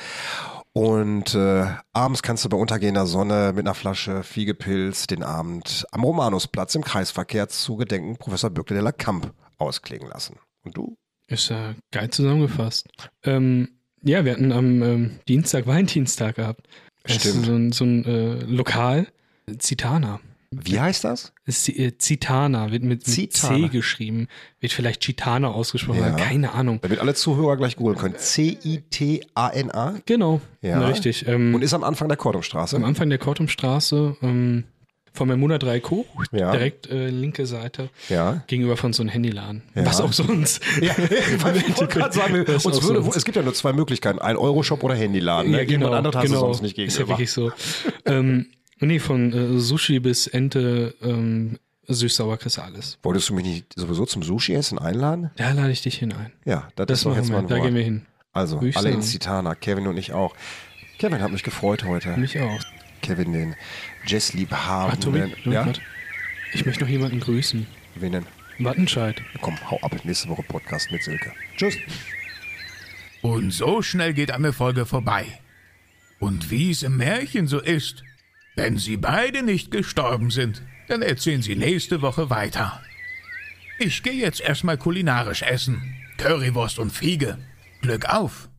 A: Und äh, abends kannst du bei untergehender Sonne mit einer Flasche Fiegepilz den Abend am Romanusplatz im Kreisverkehr zu Gedenken Professor Bürkle de la Camp ausklingen lassen. Und du?
B: Ist ja geil zusammengefasst. Ähm, ja, wir hatten am ähm, Dienstag Valentinstag gehabt. Das ist
A: Stimmt.
B: So ein, so ein äh, Lokal. Zitana.
A: Wie heißt das?
B: Ist, die- äh, Zitana wird mit, mit
A: Zitana.
B: C geschrieben. Wird vielleicht Chitana ausgesprochen,
A: Ja.
B: aber keine Ahnung.
A: Damit alle Zuhörer gleich googeln können. C-I-T-A-N-A
B: Genau.
A: Ja.
B: Richtig. Ähm,
A: und ist am Anfang der Kortumstraße.
B: am Anfang der Kortumstraße ähm, von Memuna 3 Co.
A: Ja.
B: Direkt äh, linke Seite.
A: Ja.
B: Gegenüber von so einem Handyladen.
A: Ja.
B: Was auch sonst.
A: Ja, weil ich wollte gerade sagen, wir-
B: Das ist
A: uns
B: auch
A: würde,
B: so.
A: es gibt ja nur zwei Möglichkeiten, ein Euro-Shop oder Handyladen. Ne?
B: Ja,
A: Jemand
B: genau,
A: anderes hast
B: genau.
A: du sonst nicht
B: Ist ja
A: gegenüber.
B: wirklich so. ähm, nee, von äh, Sushi bis Ente, ähm, süß-sauer kriegst du alles.
A: Wolltest du mich nicht sowieso zum Sushi-Essen einladen?
B: Da lade ich dich hinein.
A: Ja, das,
B: Das
A: ist doch
B: machen
A: jetzt
B: wir,
A: mal ein
B: da gehen wir
A: Wort.
B: hin.
A: Also,
B: Würde ich
A: alle in
B: sagen.
A: Zitana, Kevin und ich auch. Kevin hat mich gefreut heute.
B: Mich auch.
A: Kevin, den Jesslieb
B: Ach,
A: haben.
B: Tobi, du,
A: ja?
B: warte. ich möchte noch jemanden grüßen.
A: Wen denn?
B: Wattenscheid.
A: Komm, hau ab. Nächste Woche Podcast mit Silke. Tschüss.
C: Und so schnell geht eine Folge vorbei. Und wie es im Märchen so ist, wenn sie beide nicht gestorben sind, dann erzählen sie nächste Woche weiter. Ich gehe jetzt erstmal kulinarisch essen. Currywurst und Fiege. Glück auf!